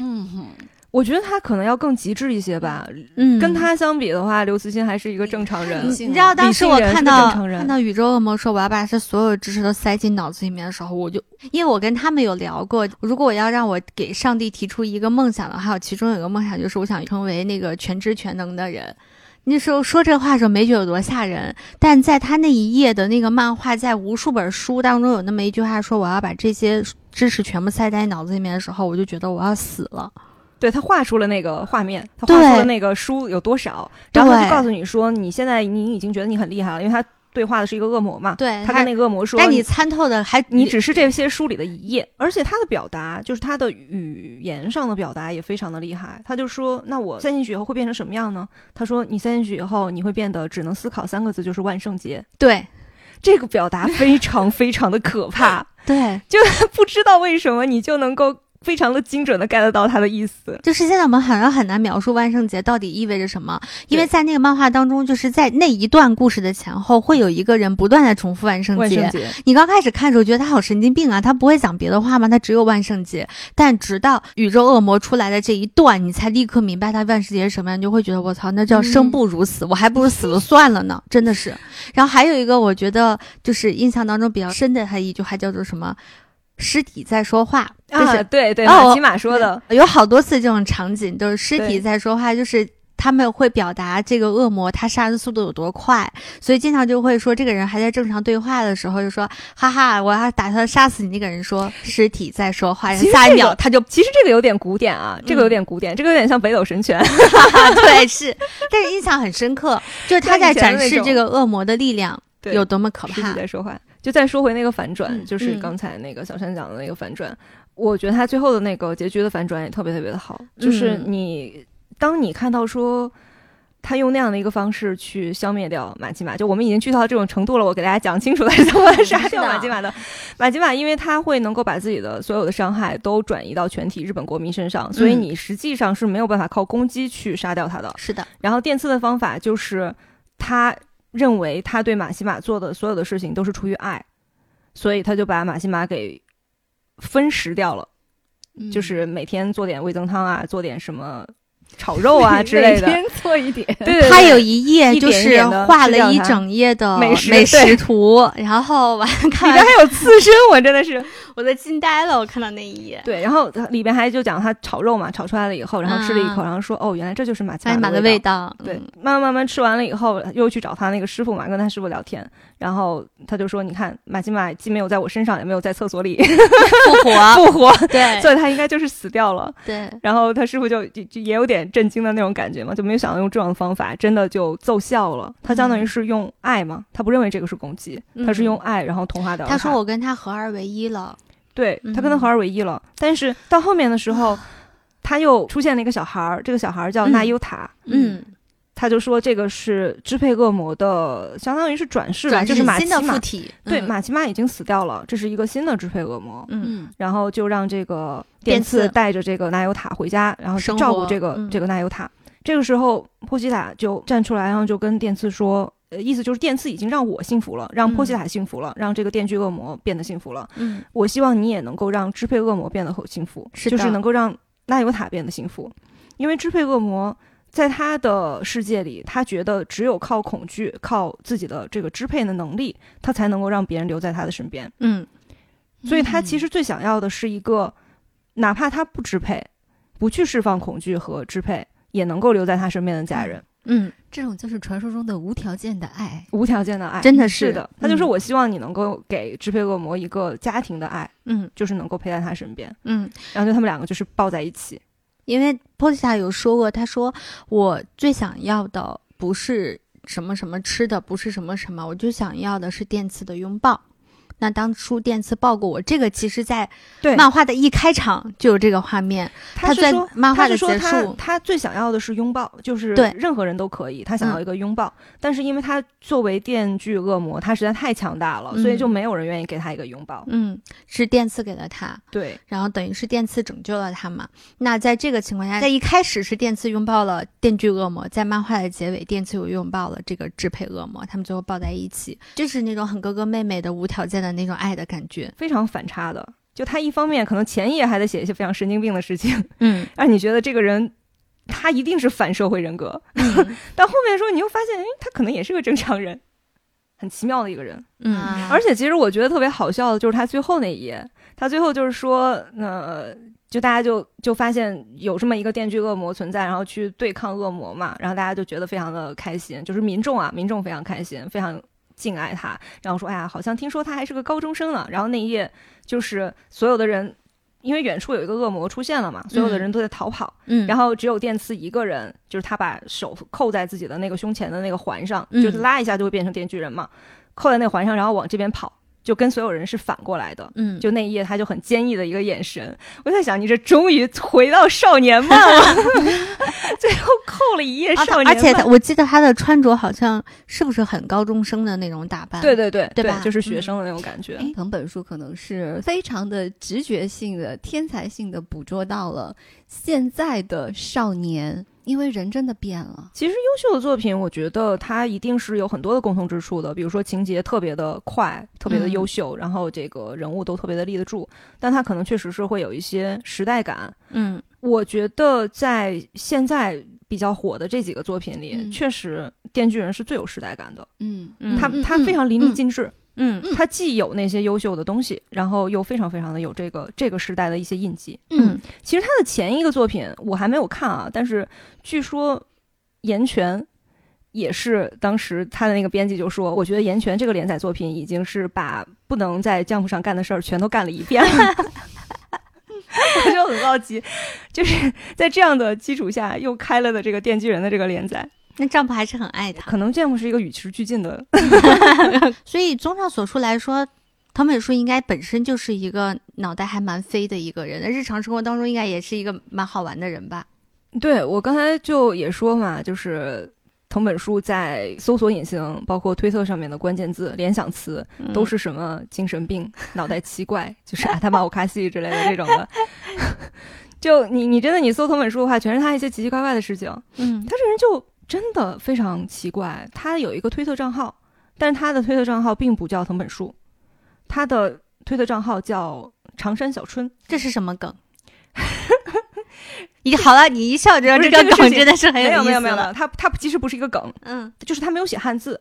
嗯，我觉得他可能要更极致一些吧。嗯，跟他相比的话，刘慈欣还是一个正常理你人性。你知道当时我理性人看是个到正常人看到宇宙恶魔说我要把这所有知识都塞进脑子里面的时候，我就因为我跟他们有聊过，如果我要让我给上帝提出一个梦想的话，我其中有个梦想就是我想成为那个全知全能的人。那时候说这话的时候没觉得有多吓人，但在他那一页的那个漫画，在无数本书当中有那么一句话说我要把这些知识全部塞在脑子里面的时候，我就觉得我要死了。对他画出了那个画面，他画出了那个书有多少，然后他就对告诉你说，你现在你已经觉得你很厉害了，因为他对话的是一个恶魔嘛。对，他跟那个恶魔说，但你参透的还你只是这些书里的一页，而且他的表达，就是他的语言上的表达也非常的厉害。他就说：“那我塞进去以后会变成什么样呢？”他说：“你塞进去以后，你会变得只能思考三个字，就是万圣节。对”这个表达非常非常的可怕，对，不知道为什么你就能够非常的精准的 get 到他的意思。就是现在我们好像很难描述万圣节到底意味着什么，因为对在那个漫画当中，就是在那一段故事的前后，会有一个人不断的重复万圣万节。圣节，你刚开始看的时候觉得他好神经病啊，他不会讲别的话吗？他只有万圣节。但直到宇宙恶魔出来的这一段，你才立刻明白他万圣节是什么样，你就会觉得我操，那叫生不如死，我还不如死了算了呢，真的是。然后还有一个我觉得就是印象当中比较深的，他一句话叫做什么？尸体在说话，就是啊，对对，哦马我奇马说的，有好多次这种场景，都是尸体对在说话，就是他们会表达这个恶魔他杀人速度有多快，所以经常就会说，这个人还在正常对话的时候，就说哈哈，我要打算杀死你。那个人说尸体在说 话，然后其实哎下一这秒个他就其实这个有点古典啊，这个有嗯点古典，这个有点像北斗神拳。啪，对，是，但是印象很深刻，就是他像在以前展的那示这种个恶魔的力量 对有多么可实体怕。在说话。就再说回那个反转，嗯就是嗯刚才那个小山讲的那个反转，我觉得他最后的那个结局的反转也特别特别的好，就是嗯你、当你看到说。他用那样的一个方式去消灭掉马吉玛，就我们已经剧透到这种程度了，我给大家讲清楚了嗯是怎么杀掉是的马吉玛的。马吉玛，因为他会能够把自己的所有的伤害都转移到全体日本国民身上，所以嗯你实际上是没有办法靠攻击去杀掉他的。 是的，然后电刺的方法就是他认为他对马西玛做的所有的事情都是出于爱，所以他就把马西玛给分食掉了，嗯就是每天做点味增汤啊，做点什么炒肉 啊之类 的。每天做一 点。对对对，他有一页一就点一是点地画吃了掉一它整页的美食对图，然后完里看边完还有刺身，我真的 是我都惊呆了，我看到那一页。对。然后里边还就讲他炒肉嘛，炒出来了以后，然后吃了一口，嗯然后说哦，原来这就是马西发现玛马的味味道，对嗯，慢慢慢慢吃完了以后，又去找他那个师傅嘛，跟他师傅聊天，然后他就说：“你看，马吉玛既没有在我身上，也没有在厕所里 复活，复活，啊对 所以他应该就是死掉了。对，”然后他师傅就就就也有点震惊的那种感觉嘛，就没有想到用这种方法真的就奏效了。他相当于嗯是用爱嘛，他不认为这个是攻击，他是用爱然后同化掉了他说我跟他合二为一了，对他跟他嗯啊合二为一了，但是到后面的时候，他又出现了一个小孩儿，这个小孩儿叫嗯纳优塔，嗯，他就说这个是支配恶魔的，相当于是转世吧，嗯转就世是马奇新的玛附。体，对，嗯马奇玛已经死掉了，这是一个新的支配恶魔。嗯，嗯，然后就让这个电电次刺带着这个纳尤塔回家，然后去生照顾活这个、嗯这个纳尤塔。这个时候，波西塔就站出来，然后就跟电次说，呃，意思就是电次已经让我幸福了，让波西塔幸福了，让这个电锯恶魔变得幸福了。嗯，我希望你也能够让支配恶魔变得很幸福，是的就是能够让纳尤塔变得幸福，因为支配恶魔。在他的世界里，他觉得只有靠恐惧、靠自己的这个支配的能力，他才能够让别人留在他的身边。嗯所以他其实最想要的是一个，哪怕他不支配，不去释放恐惧和支配，也能够留在他身边的家人，嗯，这种就是传说中的无条件的爱。无条件的爱。真的是是的，嗯他就说我希望你能够给支配恶魔一个家庭的爱，嗯就是能够陪在他身边，嗯，然后就他们两个就是抱在一起。因为 p o s t a 有说过，他说我最想要的不是什么什么吃的，不是什么什么，我就想要的是电次的拥抱。那当初电次抱过我，这个其实在对，漫画的一开场就有这个画面。他是在说漫画他的是说结他束，他最想要的是拥抱，就是对嗯任何人都可以，他想要一个拥抱。但是因为他作为电锯恶魔，他实在太强大了，嗯所以就没有人愿意给他一个拥抱。嗯，是电次给了他，对，然后等于是电次拯救了他嘛。那在这个情况下，在一开始是电次拥抱了电锯恶魔，在漫画的结尾，电次又拥抱了这个支配恶魔，他们最后抱在一起，就是那种很哥哥妹妹的无条件的那种爱的感觉。非常反差的。就他一方面可能前一页还在写一些非常神经病的事情， 嗯，让你觉得这个人他一定是反社会人格，嗯但后面的时候你又发现，哎，他可能也是个正常人，很奇妙的一个人。嗯，啊而且其实我觉得特别好笑的就是他最后那一页，他最后就是说，呃，就大家就就发现有这么一个电锯恶魔存在，然后去对抗恶魔嘛，然后大家就觉得非常的开心，就是民众啊，民众非常开心，非常。敬爱他，然后说：“哎呀，好像听说他还是个高中生呢。”然后那一页就是所有的人，因为远处有一个恶魔出现了嘛，所有的人都在逃跑，嗯，然后后只有电次一个人，就是他把手扣在自己的那个胸前的那个环上，嗯就是拉一下就会变成电锯人嘛，扣在那个环上，然后往这边跑，就跟所有人是反过来的。嗯，就那一页，他就很坚毅的一个眼神，我在想，你这终于回到少年 漫了，最后扣了一页而少年漫，而且他，我记得他的穿着好像是不是很高中生的那种打扮？对对对对吧嗯就是学生的那种感觉。哎，藤本树可能是非常的直觉性的、天才性的捕捉到了现在的少年，因为人真的变了。其实优秀的作品，我觉得它一定是有很多的共同之处的，比如说情节特别的快，特别的优秀，然后这个人物都特别的立得住，但它可能确实是会有一些时代感。嗯我觉得在现在比较火的这几个作品里，嗯确实《电锯人》是最有时代感的，嗯嗯它嗯它非常淋漓尽致，嗯嗯它既有那些优秀的东西，然后又非常非常的有这个这个时代的一些印记。嗯其实他的前一个作品我还没有看啊，但是据说岩泉也是当时他的那个编辑就说，我觉得岩泉这个连载作品已经是把不能在 Jump 上干的事儿全都干了一遍了。 我就很好奇，就是在这样的基础下又开了的这个电锯人的这个连载，那丈夫还是很爱他。可能 Jump 是一个与时俱进的，所以综上所述来说，藤本树应该本身就是一个脑袋还蛮飞的一个人，在日常生活当中应该也是一个蛮好玩的人吧？对我刚才就也说嘛，就是藤本树在搜索引擎包括推特上面的关键字、联想词嗯都是什么精神病、脑袋奇怪，就是阿他玛我卡西之类的这种的。 就你你真的你搜藤本树的话，全是他一些奇奇怪怪的事情。嗯他这人就真的非常奇怪。他有一个推特账号，但是他的推特账号并不叫藤本树，他的推特账号叫长山小春。这是什么梗？ 你好了，你一笑就知道不这是这个梗事情真的是很没有意思没有没有，没了。有他他其实不是一个梗，嗯就是他没有写汉字，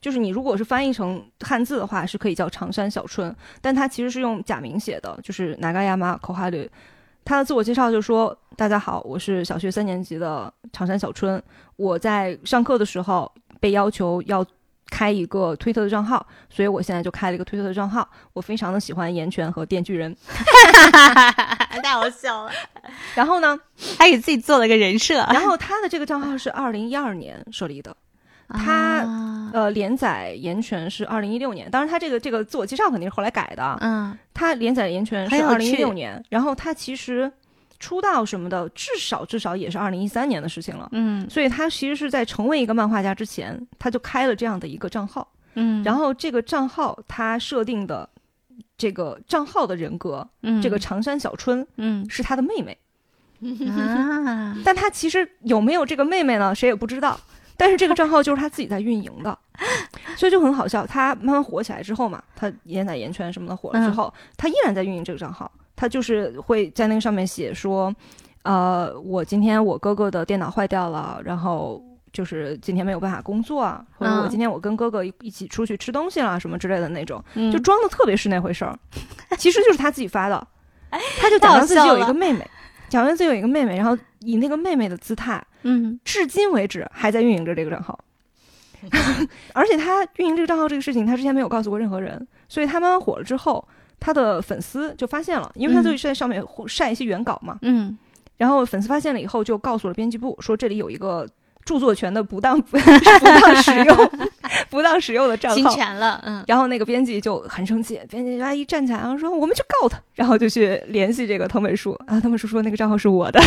就是你如果是翻译成汉字的话，是可以叫长山小春，但他其实是用假名写的，就是哪嘎亚马口哈吕。他的自我介绍就说：“大家好，我是小学三年级的长山小春。我在上课的时候被要求要开一个推特的账号，所以我现在就开了一个推特的账号。我非常的喜欢岩泉和电锯人。 太好笑了， 然后呢，还给自己做了个人设。然后他的这个账号是二零一二年设立的，他啊呃，连载《岩泉》是二零一六年，当然他这个这个自我介绍肯定是后来改的。啊。嗯他连载《岩泉》很是有二零一趣六年，然后他其实出道什么的，至少至少也是二零一三年的事情了。嗯所以他其实是在成为一个漫画家之前，他就开了这样的一个账号。嗯，然后这个账号他设定的这个账号的人格，嗯这个长山小春嗯是他的妹妹。啊，但他其实有没有这个妹妹呢，谁也不知道。但是这个账号就是他自己在运 营的，所以就很好笑。他慢慢火起来之后嘛，他烟奶盐圈什么的火了之后，嗯他依然在运营这个账号。他就是会在那个上面写说，呃，我今天我哥哥的电脑坏掉了，然后就是今天没有办法工作啊，或者我嗯今天我跟哥哥一一起出去吃东西了什么之类的那种，嗯就装的特别是那回事儿， 其实就是他自己发的，他就假太好装自己笑有一了个妹妹，假装自己有一个妹妹，然后以那个妹妹的姿态，嗯至今为止还在运营着这个 账号，而且他运营这个账号这个事情，他之前没有告诉过任何人，所以他们火了之后，他的粉丝就发现了，因为他嗯就在上面晒一些原稿嘛， 嗯，然后粉丝发现了以后，就告诉了编辑部，说这里有一个著作权的不当 不当使用、 不当使用的账侵号。权了，嗯然后那个编辑就很生气，编辑阿姨站起来，然后说我们去告他，然后就去联系这个藤本树啊，藤本树说那个账号是我的，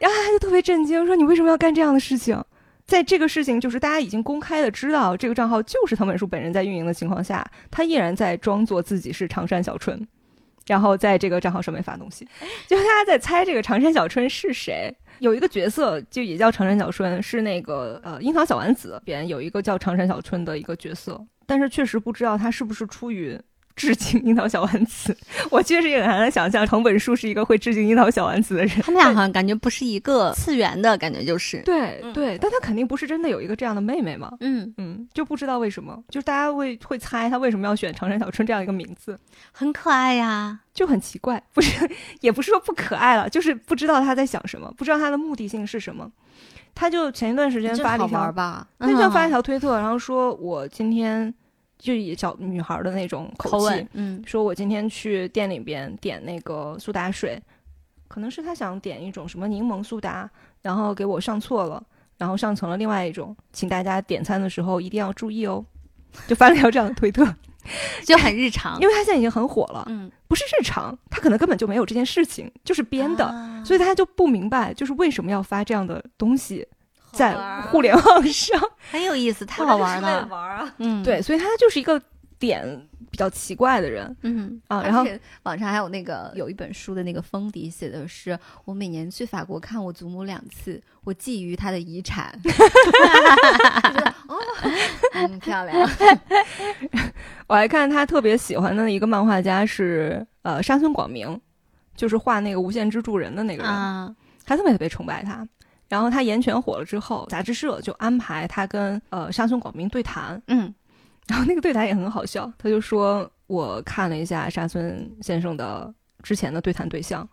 然后他就特别震惊，说你为什么要干这样的事情？在这个事情就是大家已经公开的知道这个账号就是藤本树本人在运营的情况下，他依然在装作自己是长山小春，然后在这个账号上面发东西，就是大家在猜这个长山小春是谁。有一个角色就也叫长山小春，是那个呃樱桃小丸子里边有一个叫长山小春的一个角色，但是确实不知道他是不是出于致敬樱桃小丸子。我确实也很难想象藤本树是一个会致敬樱桃小丸子的人。他们俩好像感觉不是一个次元的感觉，就是对嗯对，但他肯定不是真的有一个这样的妹妹嘛。嗯，嗯，就不知道为什么，就是大家会会猜他为什么要选长山小春这样一个名字，很可爱呀，就很奇怪。不是，也不是说不可爱了，就是不知道他在想什么，不知道他的目的性是什么。他就前一段时间这发了好一条玩，吧？他就发一嗯条推特，然后说我今天就以小女孩的那种口气，口吻，嗯说我今天去店里边点那个苏打水，可能是他想点一种什么柠檬苏打，然后给我上错了，然后上成了另外一种，请大家点餐的时候一定要注意哦。就发了一条这样的推特，就很日常，因为他现在已经很火了，嗯不是日常，他可能根本就没有这件事情，就是编的，啊所以大家就不明白，就是为什么要发这样的东西在好玩儿互联网上。很有意思，太好玩了，玩啊！嗯对，所以他就是一个点比较奇怪的人嗯啊。然然后后网上还有那个有一本书的那个封底写的是，我每年去法国看我祖母两次，我觊觎她的遗产。 我觉得哦，嗯，漂 亮。我还看他特别喜欢的一个漫画家是呃沙村广明，就是画那个《无限之助人》的那个人，啊他特别特别崇拜他。然后他言权火了之后，杂志社就安排他跟呃沙村广明对谈，嗯然后那个对谈也很好笑，他就说我看了一下沙村先生的之前的对谈对象，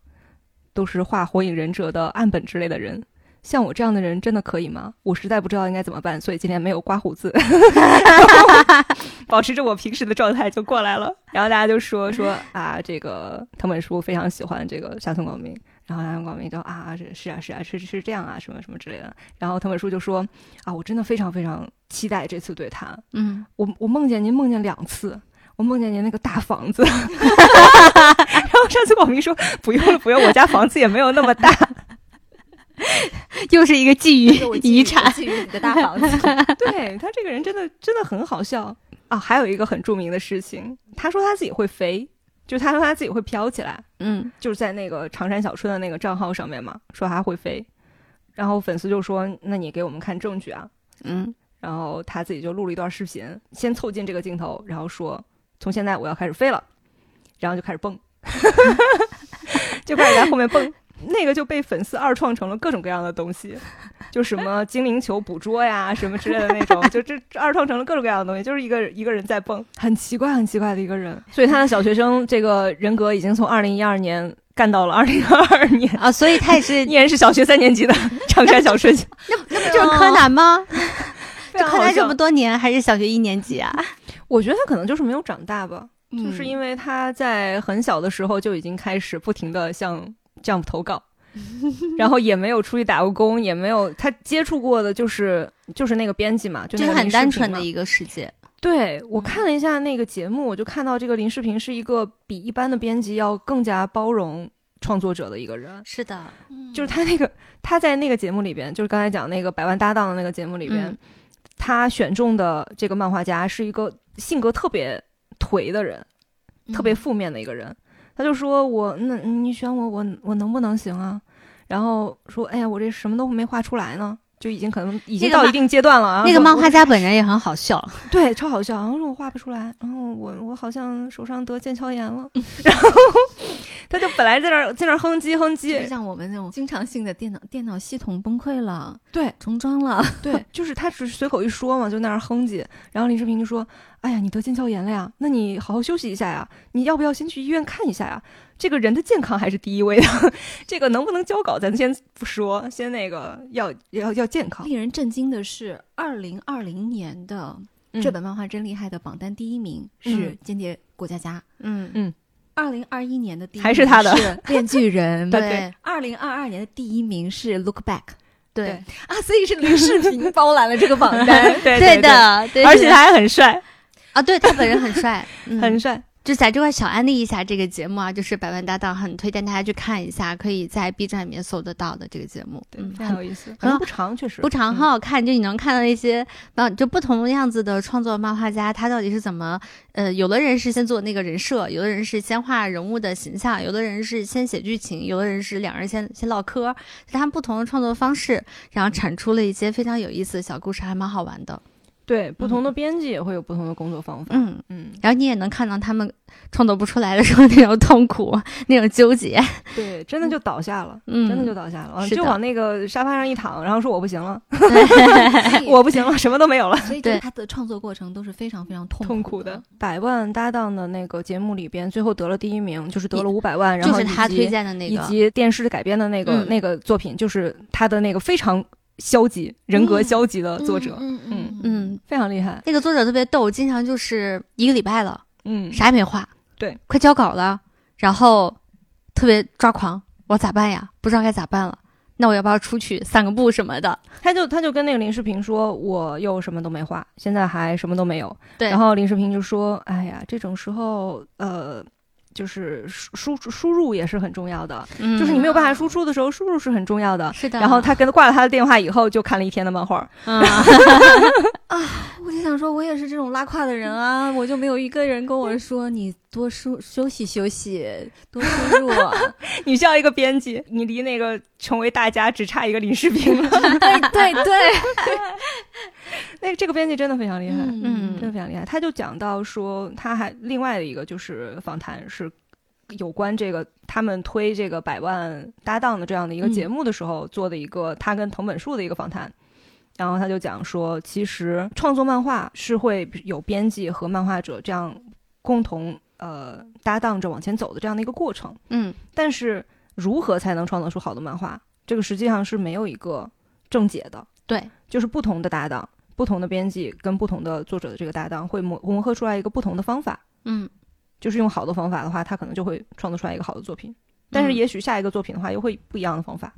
都是画《火影忍者》的岸本之类的人。像我这样的人真的可以吗？我实在不知道应该怎么办，所以今天没有刮胡子， 保持着我平时的状态就过来了。然后大家就说说啊，这个藤本树非常喜欢这个沙村广明，然后沙村广明就啊是是啊是啊是是这样啊什么什么之类的。然后藤本树就说啊，我真的非常非常期待这次对谈，嗯，我我梦见您梦见两次，我梦见您那个大房子。然后上次广明说不用了，不用，我家房子也没有那么大。又是一个觊觎遗产，觊觎你的大房 子。对他这个人真的真的很好笑啊！还有一个很著名的事情，他说他自己会飞，就是他说他自己会飘起来，嗯就是在那个长山小春的那个账号上面嘛，说他会飞。然后粉丝就说：“那你给我们看证据啊！”嗯，然后他自己就录了一段视频，先凑近这个镜头，然后说：“从现在我要开始飞了。”然后就开始蹦， 就开始在后面蹦。那个就被粉丝二创成了各种各样的东西，就什么精灵球捕捉呀，什么之类的那种，就这这二创成了各种各样的东西，就是一个一个人在蹦，很奇怪，很奇怪的一个人。所以他的小学生这个人格已经从二零一二年干到了二零二二年， 啊，所以他也 是，依然是小学三年级的长山 小春，那不就是柯南吗？非常柯好啊南这笑么多年还是小学一年级啊？我觉得他可能就是没有长大吧，嗯就是因为为他在很小的时候就已经开始不停的向 Jump 投稿，然后也没有出去打过工，也没有他接触过的就是就是那个编辑嘛，就就那是个很林世单平纯的嘛一个嗯世界，对我看了一下那个节目，我就看到这个林世平是一个比一般的编辑要更加包容创作者的一个人，是的， 就是他那个他在那个节目里边，就是刚才讲那个百万搭档的那个节目里边，嗯他选中的这个嗯漫画家是一个性格特别颓的人，特别负面的一个人。他就说我那你选我，我我能不能行啊？然后说哎呀，我这什么都没画出来呢，就已经可能已经那个到漫一定阶段了啊。那个我漫画家本人也很好笑，对，超好笑。然后说我画不出来，然后我我好像手上得腱鞘 炎了，然后 他就本来在那儿在那儿哼唧 哼就唧，像我们那种经常性的电脑电脑系统崩溃了，对重装了，对，就是他只是随口一说嘛，就那儿哼唧。然后林志平就说：“哎呀，你得腱鞘炎了呀，那你好好休息一下呀，你要不要先去医院看一下呀？这个人的健康还是第一位的， 这个能不能交稿咱先不说，先那个要要要健康。 令人震惊的是，二零二零年的嗯这本漫画真厉害的榜单第一名是《间谍过家家》，嗯嗯二零二一年的第一名还是他的》是《炼巨人 对。对二零二二年的第一名是《Look Back》对啊，所以是林世平包揽了这个榜单 对对，的，对而且的他还很帅，啊，对他本人很帅， 嗯很帅。就在这块小安利一下这个节目啊，就是《百万搭档》，很推荐大家去看一下，可以在 B 站里面搜得到的这个节目。对，嗯，非常很有意思，很可好能不长，确实嗯不长，很好看，就你能看到一些啊，就不同样子的创作漫画家，他到底是怎么呃，有的人是先做那个人设，有的人是先画人物的形象，有的人是先写剧情，有的人是两人先先唠嗑，就他们不同的创作方式，然后产出了一些非常有意思的小故事，还蛮好玩的。对，不同的编辑也会有不同的工作方法。嗯，嗯，然后你也能看到他们创作不出来的时候那种痛苦、那种纠结。对，真的就倒下了，嗯，真的就倒下了，是的就往那个沙发上一躺，然后说我不行了，所以 我不行嗯了，什么都没有了，所以对就是他的创作过程都是非常非常痛痛苦苦的。。百万搭档的那个节目里边，最后得了第一名，就是得了五百万，然就后是以他及推荐的那以个，及电视改编的那个嗯那个作品，就是他的那个非常消极、人格嗯消极的作者，嗯嗯嗯，非常厉害。那个作者特别逗，经常就是一个礼拜了，嗯，啥也没画，对，快交稿了，然后特别抓狂，我咋办呀？不知道该咋办了。那我要不要出去散个步什么的？他就他就跟那个林世平说，我又什么都没画，现在还什么都没有。对然后林世平就说：“哎呀，这种时候，呃，就是输输输入也是很重要的，嗯就是你没有办法输出的时候，输入是很重要的。”是的。然后他跟挂了他的电话以后，就看了一天的漫画。 嗯，啊我就想说，我也是这种拉胯的人啊，我就没有一个人跟我说你多输休息休息，多输入。你像一个编辑，你离那个成为大家只差一个林世平了。对对对， 那这个编辑真的非常厉害，嗯真的非常厉害。他就讲到说，他还另外的一个就是访谈是有关这个他们推这个百万搭档的这样的一个节目的时候、做的一个他跟藤本树的一个访谈。然后他就讲说，其实创作漫画是会有编辑和漫画者这样共同呃搭档着往前走的这样的一个过程。嗯，但是如何才能创造出好的漫画，这个实际上是没有一个正解的。对，就是不同的搭档、不同的编辑跟不同的作者的这个搭档，会磨磨合出来一个不同的方法。嗯，就是用好的方法的话，他可能就会创作出来一个好的作品。嗯但是也许下一个作品的话，又会不一样的方法。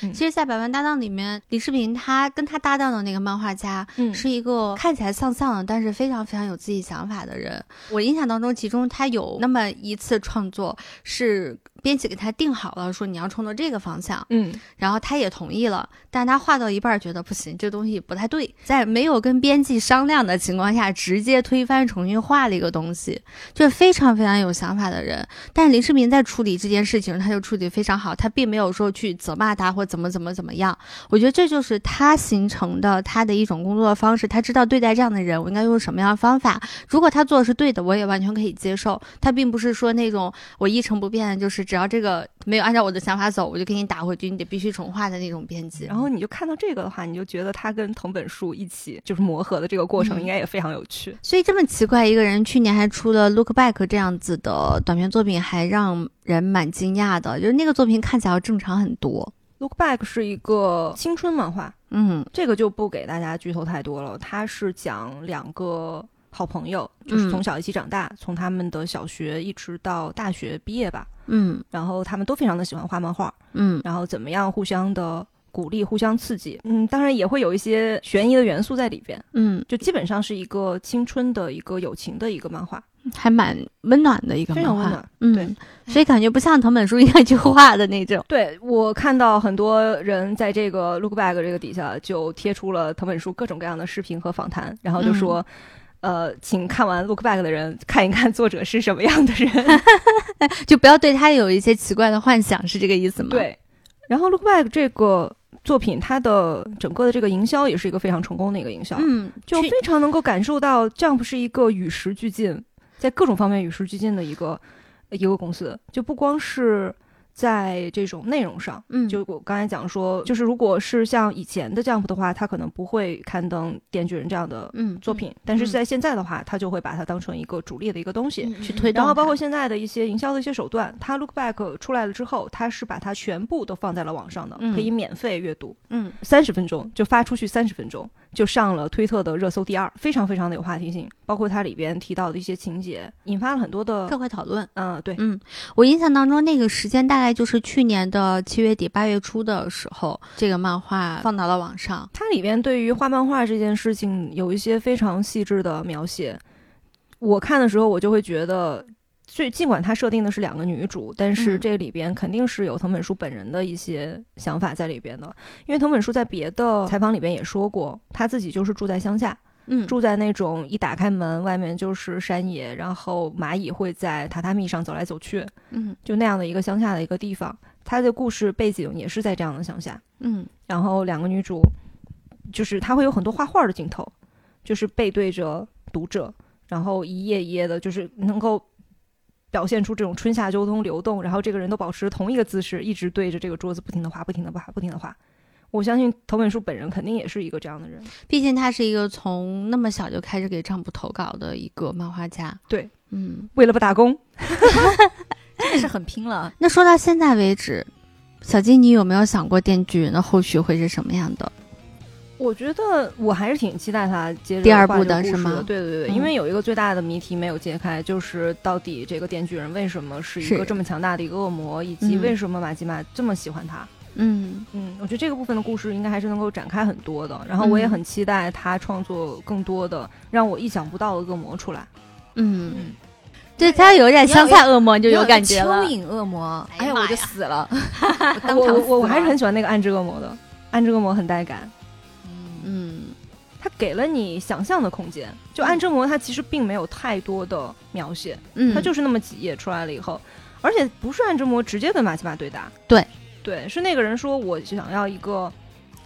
其实，在《百万搭档》里面，李世民他跟他搭档的那个漫画家，嗯是一个看起来丧丧的，但是非常非常有自己想法的人。我印象当中，其中他有那么一次创作，是编辑给他定好了，说你要创作这个方向，嗯，然后他也同意了，但他画到一半儿觉得不行，这东西不太对，在没有跟编辑商量的情况下，直接推翻重新画了一个东西，就是非常非常有想法的人。但是林世民在处理这件事情，他就处理得非常好，他并没有说去责骂他或怎么怎么怎么样。我觉得这就是他形成的他的一种工作方式，他知道对待这样的人，我应该用什么样的方法。如果他做的是对的，我也完全可以接受。他并不是说那种我一成不变，就是只要这个没有按照我的想法走，我就给你打回去，你得必须重画的那种编辑。然后你就看到这个的话，你就觉得他跟藤本树一起就是磨合的这个过程，嗯应该也非常有趣。所以这么奇怪一个人，去年还出了《Look Back》这样子的短篇作品，还让人蛮惊讶的。就是那个作品看起来要正常很多。 Look Back 是一个青春漫画，嗯这个就不给大家剧透太多了。它是讲两个好朋友，就是嗯从小一起长大，从他们的小学一直到大学毕业吧。嗯然后他们都非常的喜欢画漫画，嗯然后怎么样互相的鼓励、互相刺激，嗯，当然也会有一些悬疑的元素在里边，嗯，就基本上是一个青春的一个友情的一个漫画，嗯还蛮温暖的一个非漫常画。温暖。嗯对，所以感觉不像藤本树应该去画的那 种。对我看到很多人在这嗯个 Look Back 这个底下就贴出了藤本树各种各样的视频和访谈，然后就说。呃，请看完《Look Back》的人看一看作者是什么样的人。 就不要对他有一些奇怪的幻想，是这个意思吗？，对，然后《Look Back》这个作品，它的整个的这个营销也是一个非常成功的一个营销，嗯，就去非常能够感受到 Jump 是一个与时俱进，在各种方面与时俱进的一个一个公司，就不光是在这种内容上。嗯就我刚才讲说，就是如果是像以前的 Jump 的话，它可能不会刊登《电锯人》这样的嗯作品，但是嗯在现在的话，它就会把它当成一个主力的一个东西。去推动它，然后包括现在的一些营销的一些手段，它 Look Back 出来了之后，它是把它全部都放在了网上的，嗯可以免费阅读，嗯三十分钟就发出去，三十分钟就上了推特的热搜第二，非常非常的有话题性。包括它里边提到的一些情节，引发了很多的课，外讨论，嗯、对，嗯，我印象当中那个时间大概就是去年的七月底八月初的时候，这个漫画放到了网上。它里边对于画漫画这件事情有一些非常细致的描写。我看的时候，我就会觉得，虽尽管它设定的是两个女主，但是嗯这里边肯定是有藤本树本人的一些想法在里边的。因为藤本树在别的采访里边也说过，他自己就是住在乡下，嗯，住在那种一打开门外面就是山野，然后蚂蚁会在榻榻米上走来走去，嗯就那样的一个乡下的一个地方。他的故事背景也是在这样的乡下。嗯然后两个女主，就是她会有很多画画的镜头，就是背对着读者，然后一页一页的，就是能够表现出这种春夏秋冬流动，然后这个人都保持同一个姿势，一直对着这个桌子不停的画，不停的画，不停的画。我相信藤本树本人肯定也是一个这样的人，毕竟他是一个从那么小就开始给丈夫投稿的一个漫画家。对，嗯。为了不打工，真的是很拼了。那说到现在为止，小金，你有没有想过《电锯人》的后续会是什么样的？我觉得我还是挺期待他接着第二画这部的个故是事吗对对对，嗯因为有一个最大的谜题没有揭开，就是到底这个电锯人为什么是一是个这么强大的一个恶魔，以及嗯为什么马吉玛这么喜欢他。嗯嗯，我觉得这个部分的故事应该还是能够展开很多的，然后我也嗯很期待他创作更多的让我意想不到的恶魔出来。嗯，对他有点乡下恶魔就要有个感觉了蚯。蚓恶魔，哎哎呀呀，妈呀我就死了，我当我场我我死了还是很喜欢那个暗之恶魔的，暗之恶魔很带感，嗯嗯它给了你想象的空间。就暗之恶魔，它其实并没有太多的描写，嗯，它就是那么几页出来了以后，而且不是暗之魔直接跟马奇马对打，对对，是那个人说我想要一个，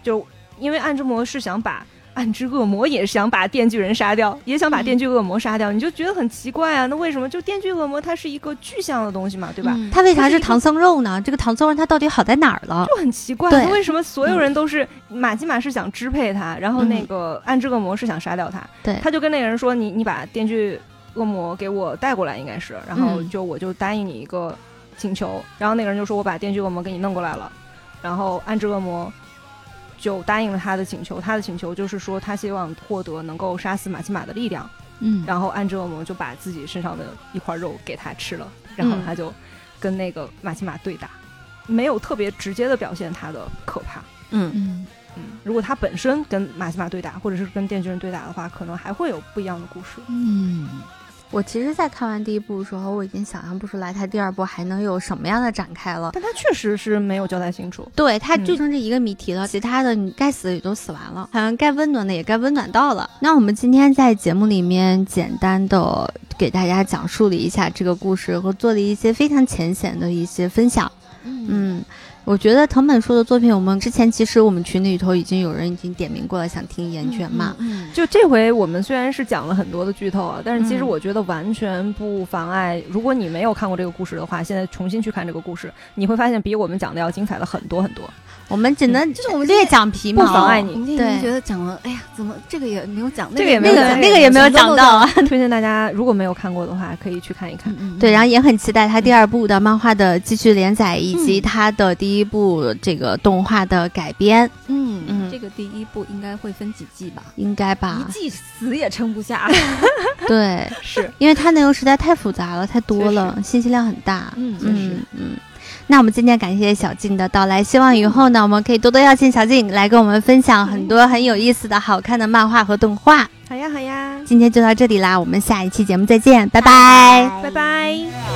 就因为暗之魔是想把暗之恶魔也想把电锯人杀掉，也想把嗯电锯恶魔杀掉，你就觉得很奇怪啊，那为什么就电锯恶魔它是一个具象的东西嘛，对吧？嗯他为啥它是是一个唐僧肉呢？这个唐僧肉它到底好在哪儿了？就很奇怪，对那为什么所有人都是马吉玛是想支配他，然后那个暗之恶魔是想杀掉他？嗯对他就跟那个人说：“你你把电锯恶魔给我带过来，应该是。”然后嗯就我就答应你一个请求，然后那个人就说：“我把电锯恶魔给你弄过来了。”然后暗之恶魔就答应了他的请求，他的请求就是说他希望获得能够杀死马吉玛的力量。嗯然后暗之恶魔就把自己身上的一块肉给他吃了，然后嗯他就跟那个马奇马对打，没有特别直接的表现他的可怕。嗯嗯，嗯，如果他本身跟马奇马对打，或者是跟电锯人对打的话，可能还会有不一样的故事。嗯，我其实，在看完第一部的时候，我已经想象不出来他第二部还能有什么样的展开了。但他确实是没有交代清楚。对，它嗯就成是一个谜题了，其他的你该死的也都死完了，好像该温暖的也该温暖到了。那我们今天在节目里面简单的给大家讲述了一下这个故事和做了一些非常浅显的一些分享。嗯，嗯，我觉得藤本树的作品，我们之前其实我们群里头已经有人已经点名过了，想听岩泉嘛。嗯，就这回我们虽然是讲了很多的剧透啊，但是其实嗯我觉得完全不妨碍，如果你没有看过这个故事的话，现在重新去看这个故事，你会发现比我们讲的要精彩的很多很 多。我们只能就是我们今略天讲皮不毛，妨碍我你，们今天对觉得讲了，哎呀，怎么这个也没有讲，这个也没那有个讲那个也没有讲到。啊。推荐大家如果没有看过的话，可以去看一看。嗯对，然后也很期待他第二部的漫画的继续连载，以及嗯他的第一部这个动画的改编，嗯嗯啊嗯，这个第一部应该会分几季吧？应该吧一？季死也撑不下。嗯对，是，因为它内容实在太复杂了，太多了，信息量很大。嗯确实嗯嗯。那我们今天感谢小静的到来，希望以后呢，我们可以多多邀请小静来跟我们分享很多很有意思的好看的漫画和动画。好呀好呀，今天就到这里啦，我们下一期节目再见，拜拜拜拜。